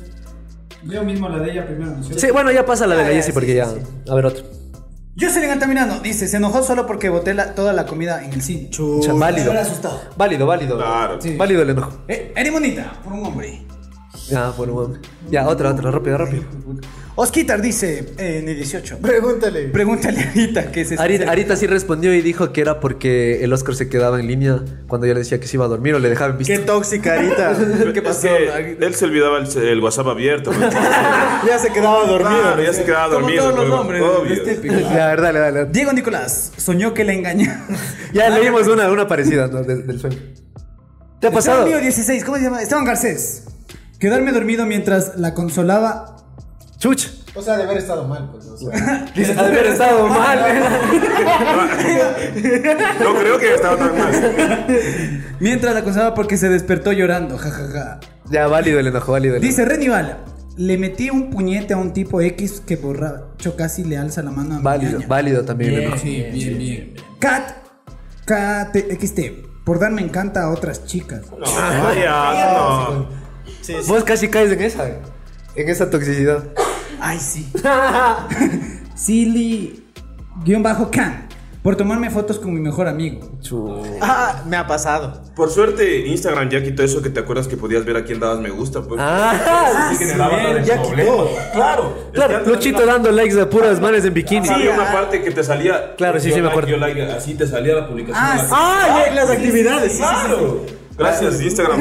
[SPEAKER 5] Yo mismo la de ella primero. ¿no es cierto?
[SPEAKER 1] Sí, bueno, ya pasa la de la Jessie porque ya. A ver, otro.
[SPEAKER 5] Yo se le terminando. Dice, se enojó solo porque boté la- toda la comida en el cine.
[SPEAKER 1] O sea, válido.
[SPEAKER 5] Era asustado.
[SPEAKER 1] Válido, válido.
[SPEAKER 4] Claro.
[SPEAKER 5] Sí.
[SPEAKER 1] Válido el enojo.
[SPEAKER 5] Eh, eres bonita, por un hombre.
[SPEAKER 1] Ya, bueno, bueno. Ya, otra, otra, rápido, rápido.
[SPEAKER 5] Osquitar dice, eh, en el 18.
[SPEAKER 2] Pregúntale.
[SPEAKER 5] Pregúntale ahorita que se
[SPEAKER 1] Arita, Arita sí respondió y dijo que era porque el Oscar se quedaba en línea cuando yo le decía que se iba a dormir o le dejaba en
[SPEAKER 2] Qué
[SPEAKER 1] vista.
[SPEAKER 2] tóxica, Arita.
[SPEAKER 4] Es que él se olvidaba el, el WhatsApp abierto. man.
[SPEAKER 2] ya se quedaba dormido.
[SPEAKER 4] Claro, ya se quedaba
[SPEAKER 5] Ah, Como
[SPEAKER 4] dormido.
[SPEAKER 5] todos los
[SPEAKER 4] huevón,
[SPEAKER 5] hombres, este,
[SPEAKER 4] obvio.
[SPEAKER 5] es típico.
[SPEAKER 1] Ya, verdad, dale, dale.
[SPEAKER 5] Diego Nicolás soñó que la engañaba.
[SPEAKER 1] Ya leímos una, una parecida ¿no? del, del sueño. ¿Te ha pasado?
[SPEAKER 5] Esteban Lío, 16, ¿cómo se llama? Esteban Garcés. Quedarme dormido mientras la consolaba.
[SPEAKER 1] Chuch.
[SPEAKER 2] O sea, de haber estado mal, pues. O sea.
[SPEAKER 1] Dice, "Ha de haber estado mal.
[SPEAKER 5] este.
[SPEAKER 4] No creo que estaba tan mal.
[SPEAKER 5] Mientras la consolaba porque se despertó llorando, jajaja.
[SPEAKER 1] ya, válido el enojo, válido el enojo.
[SPEAKER 5] Dice Renival, le metí un puñete a un tipo X que borracho casi le alza la mano a mi
[SPEAKER 1] Válido,
[SPEAKER 5] ñaña.
[SPEAKER 1] válido también el enojo.
[SPEAKER 5] bien, bien, bien. Cat, KTXT, por darme encanta a otras chicas.
[SPEAKER 4] No, Ah, ya, no.
[SPEAKER 1] Vos casi caes en esa, eh, en esa toxicidad.
[SPEAKER 5] Ay, sí. Silly, guión bajo Can, por tomarme fotos con mi mejor amigo.
[SPEAKER 1] Chu.
[SPEAKER 2] Ah, me ha pasado.
[SPEAKER 4] Por suerte, Instagram ya quitó eso que te acuerdas que podías ver a quién dabas me gusta. Pues.
[SPEAKER 1] Ah,
[SPEAKER 4] Así que te dabas la del
[SPEAKER 2] ya
[SPEAKER 4] problema.
[SPEAKER 2] quitó.
[SPEAKER 4] Claro.
[SPEAKER 1] claro, Luchito dando likes a puras manes en bikini.
[SPEAKER 4] Había una parte que te salía.
[SPEAKER 1] Claro, sí, sí,
[SPEAKER 4] yo
[SPEAKER 1] me
[SPEAKER 4] like,
[SPEAKER 1] acuerdo.
[SPEAKER 4] yo like, así te salía la publicación.
[SPEAKER 5] Ah,
[SPEAKER 4] La-
[SPEAKER 5] sí.
[SPEAKER 2] Ah, ya, las actividades.
[SPEAKER 4] Claro. Gracias, Instagram.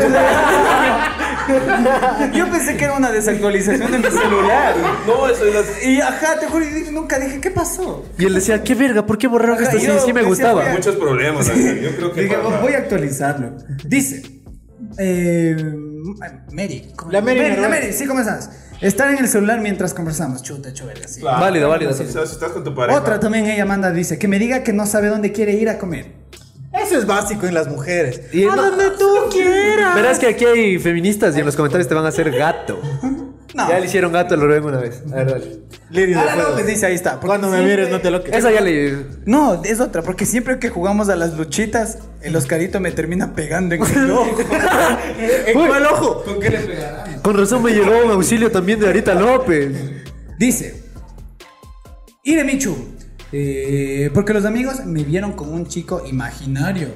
[SPEAKER 5] Yo pensé que era una desactualización de mi celular.
[SPEAKER 4] No, eso es las.
[SPEAKER 5] Y ajá, te juro, yo dije, nunca dije, ¿qué pasó?
[SPEAKER 1] Y él decía, qué verga, ¿por qué borraron
[SPEAKER 5] Ajá,
[SPEAKER 1] esto? Sí,
[SPEAKER 5] yo
[SPEAKER 1] sí me
[SPEAKER 5] decía,
[SPEAKER 1] gustaba.
[SPEAKER 5] "Voy a-
[SPEAKER 4] Muchos problemas. Ángel. Yo creo que.
[SPEAKER 5] Dije, "Oh,
[SPEAKER 4] para-
[SPEAKER 5] voy a actualizarlo. Dice, eh, Mary. ¿cómo-
[SPEAKER 2] La Mary
[SPEAKER 5] la
[SPEAKER 2] Nervón.
[SPEAKER 5] Mary, sí, ¿cómo estás? Estar en el celular mientras conversamos. Chuta, chuela, sí.
[SPEAKER 4] Claro.
[SPEAKER 1] Válido, válido.
[SPEAKER 4] O sea, si estás con tu pareja.
[SPEAKER 5] Otra también ella manda, dice, que me diga que no sabe dónde quiere ir a comer.
[SPEAKER 2] Eso es básico en las mujeres.
[SPEAKER 1] Y
[SPEAKER 2] a
[SPEAKER 1] no-
[SPEAKER 2] donde tú quieras.
[SPEAKER 1] Verás que aquí hay feministas y en los comentarios te van a hacer gato.
[SPEAKER 5] No.
[SPEAKER 1] Ya le hicieron gato a Lorena una vez. A ver, dale.
[SPEAKER 2] Lirio de
[SPEAKER 5] Ah, no,
[SPEAKER 2] fuego.
[SPEAKER 5] les dice, ahí está. porque
[SPEAKER 2] Cuando me
[SPEAKER 5] siempre-
[SPEAKER 2] mires, no te loques.
[SPEAKER 1] Esa ya le.
[SPEAKER 5] No, es otra, porque siempre que jugamos a las luchitas, el Oscarito me termina pegando en el ojo.
[SPEAKER 1] Uy,
[SPEAKER 2] ojo?
[SPEAKER 5] ¿Con qué le pegará?
[SPEAKER 1] Con razón me llegó un auxilio también de Arita López.
[SPEAKER 5] Dice, Ire Michu, eh, porque los amigos me vieron como un chico imaginario.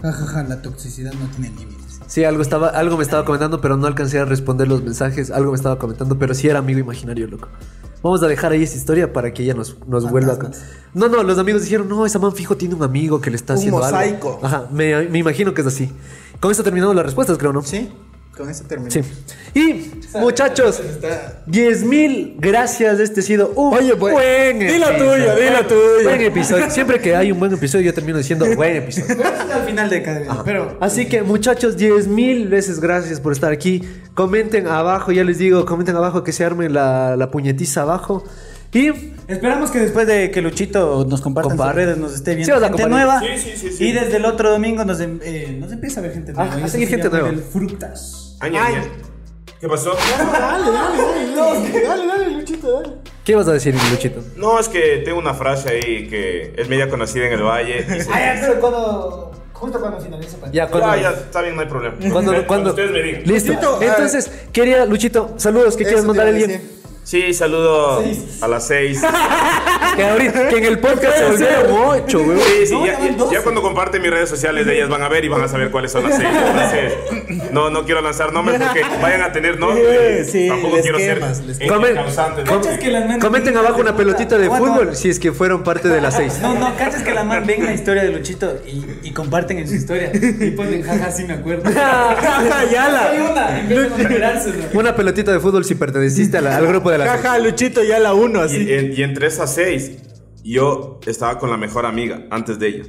[SPEAKER 5] Jajaja, la toxicidad no tiene límites.
[SPEAKER 1] Sí, algo, estaba, algo me estaba comentando, pero no alcancé a responder los mensajes. Algo me estaba comentando, pero sí era amigo imaginario, loco. Vamos a dejar ahí esa historia para que ella nos, nos vuelva a con- No, no, los amigos dijeron, no, esa man fijo tiene un amigo que le está
[SPEAKER 2] Un
[SPEAKER 1] haciendo
[SPEAKER 2] mosaico.
[SPEAKER 1] algo. Ajá, me, me imagino que es así. Con esto terminamos las respuestas, creo, ¿no?
[SPEAKER 2] Sí, con eso termino.
[SPEAKER 1] Sí. Y, muchachos, 10 mil gracias. Este ha sido un
[SPEAKER 2] Oye, pues,
[SPEAKER 1] buen
[SPEAKER 2] di
[SPEAKER 1] episodio.
[SPEAKER 2] la tuya, di la tuya.
[SPEAKER 1] Buen episodio. Siempre que hay un buen episodio, yo termino diciendo buen episodio.
[SPEAKER 5] Al final de cada pero
[SPEAKER 1] Así que, muchachos, 10 mil veces gracias por estar aquí. Comenten abajo, ya les digo, comenten abajo que se arme la, la puñetiza abajo. Y.
[SPEAKER 5] esperamos que después de que Luchito nos comparta en sus
[SPEAKER 1] Comparte.
[SPEAKER 5] redes, nos esté
[SPEAKER 1] Sí,
[SPEAKER 5] viendo
[SPEAKER 1] vamos a
[SPEAKER 5] gente
[SPEAKER 1] compartir.
[SPEAKER 5] nueva.
[SPEAKER 4] Sí, sí, sí, sí.
[SPEAKER 5] Y desde el otro domingo nos, em- eh, nos empieza a ver gente nueva.
[SPEAKER 1] Ajá,
[SPEAKER 5] y
[SPEAKER 1] Ah, a
[SPEAKER 5] eso
[SPEAKER 1] seguir
[SPEAKER 5] se
[SPEAKER 1] gente
[SPEAKER 5] llama
[SPEAKER 1] nueva.
[SPEAKER 5] El fructas.
[SPEAKER 4] Ay, ay, ay. ¿Qué pasó?
[SPEAKER 2] Dale, dale, dale, dale, dale, dale, Luchito, dale.
[SPEAKER 1] ¿Qué vas a decir, Luchito?
[SPEAKER 4] No, es que tengo una frase ahí que es media conocida en el valle. Dice,
[SPEAKER 5] pero cuando. Justo cuando finalice. pues.
[SPEAKER 1] Ya, cuando.
[SPEAKER 4] ah, ya, está bien, no hay problema.
[SPEAKER 1] Cuando,
[SPEAKER 4] Ustedes-
[SPEAKER 1] cuando-
[SPEAKER 4] ustedes me digan.
[SPEAKER 1] Listo.
[SPEAKER 2] Luchito, ah,
[SPEAKER 1] Entonces, quería, Luchito, saludos, ¿qué quieres
[SPEAKER 2] Eso te
[SPEAKER 1] mandar a
[SPEAKER 2] iba a
[SPEAKER 1] alguien?
[SPEAKER 2] decir.
[SPEAKER 4] Sí, saludo a las seis.
[SPEAKER 1] que ahorita, que en el podcast se volvieron ocho, güey.
[SPEAKER 4] Sí, sí,
[SPEAKER 2] No,
[SPEAKER 4] ya,
[SPEAKER 2] ya van
[SPEAKER 4] ya-
[SPEAKER 2] doce.
[SPEAKER 4] ya cuando comparte mis redes sociales, ellas van a ver y van a saber cuáles son las seis. Entonces, no, no quiero lanzar nombres porque vayan a tener, ¿no? Eh,
[SPEAKER 2] Sí,
[SPEAKER 4] Tampoco
[SPEAKER 2] les
[SPEAKER 4] quiero
[SPEAKER 2] quemas,
[SPEAKER 4] ser
[SPEAKER 2] les
[SPEAKER 4] eh,
[SPEAKER 1] quemas.
[SPEAKER 4] causante, ¿no?
[SPEAKER 5] ¿Cachas que las man-
[SPEAKER 1] Comenten abajo una pelotita de
[SPEAKER 5] Bueno,
[SPEAKER 1] fútbol si es que fueron parte de las seis.
[SPEAKER 5] No, no, cachas que la man ven la historia de Luchito y, y comparten en su historia. Y ponen, jaja, sí me acuerdo.
[SPEAKER 1] Jaja, ya la-
[SPEAKER 5] Hay una, empiezan a enterarse, ¿no?
[SPEAKER 1] Una pelotita de fútbol si perteneciste a la- al grupo de las seis.
[SPEAKER 2] Jaja, Luchito ya la uno, así.
[SPEAKER 4] Y, en- y entre esas seis, yo estaba con la mejor amiga antes de ella.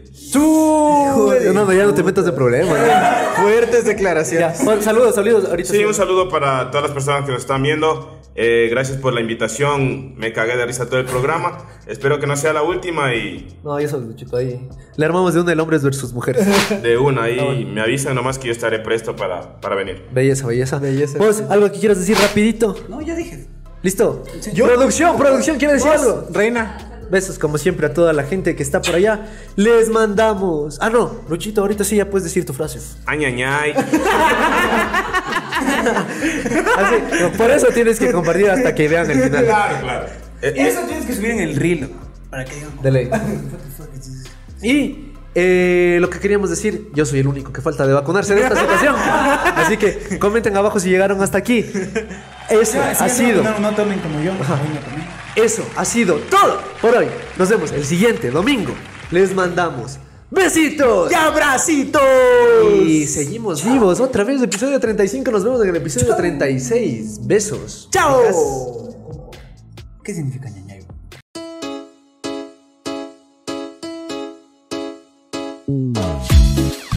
[SPEAKER 1] Hijo de- No, no, ya no te metas de problemas. ¿no?
[SPEAKER 2] Fuertes
[SPEAKER 1] Ya,
[SPEAKER 2] declaraciones.
[SPEAKER 1] Juan, saludos, saludos. Ahorita
[SPEAKER 4] Sí, un
[SPEAKER 1] saludos.
[SPEAKER 4] saludo para todas las personas que nos están viendo. Eh, gracias por la invitación. Me cagué de risa todo el programa. Espero que no sea la última y
[SPEAKER 1] No, eso, Luchito, ahí. Le armamos de una el hombres versus mujeres.
[SPEAKER 4] de una. Y me avisan nomás que yo estaré presto para, para venir.
[SPEAKER 1] Belleza, belleza.
[SPEAKER 2] Belleza.
[SPEAKER 1] Vos, algo que quieras decir rapidito.
[SPEAKER 5] No, ya dije.
[SPEAKER 1] ¿Listo? Producción, producción, quiero decir algo.
[SPEAKER 2] Reina.
[SPEAKER 1] Besos como siempre a toda la gente que está por allá. Les mandamos. Ah, no, Luchito, ahorita sí ya puedes decir tu frase.
[SPEAKER 4] Añañay.
[SPEAKER 1] Así, Ah, no, por eso tienes que compartir hasta que vean el
[SPEAKER 2] Ah,
[SPEAKER 1] final.
[SPEAKER 4] Claro, claro. Eh, eh,
[SPEAKER 5] Eso tienes que subir en el reel. Para que digan.
[SPEAKER 1] De ley. Y eh, lo que queríamos decir, yo soy el único que falta de vacunarse en esta situación. Así que comenten abajo si llegaron hasta aquí. Eso ha sido,
[SPEAKER 5] No, no tomen como yo. Hoy no tomé.
[SPEAKER 1] eso ha sido todo por hoy. Nos vemos el siguiente domingo. Les mandamos besitos.
[SPEAKER 2] ¡Ya, bracito!
[SPEAKER 1] Y seguimos vivos. Otra vez, episodio 35. Nos vemos en el episodio 36. Besos.
[SPEAKER 2] ¡Chao!
[SPEAKER 5] ¿Qué significa ñañayo?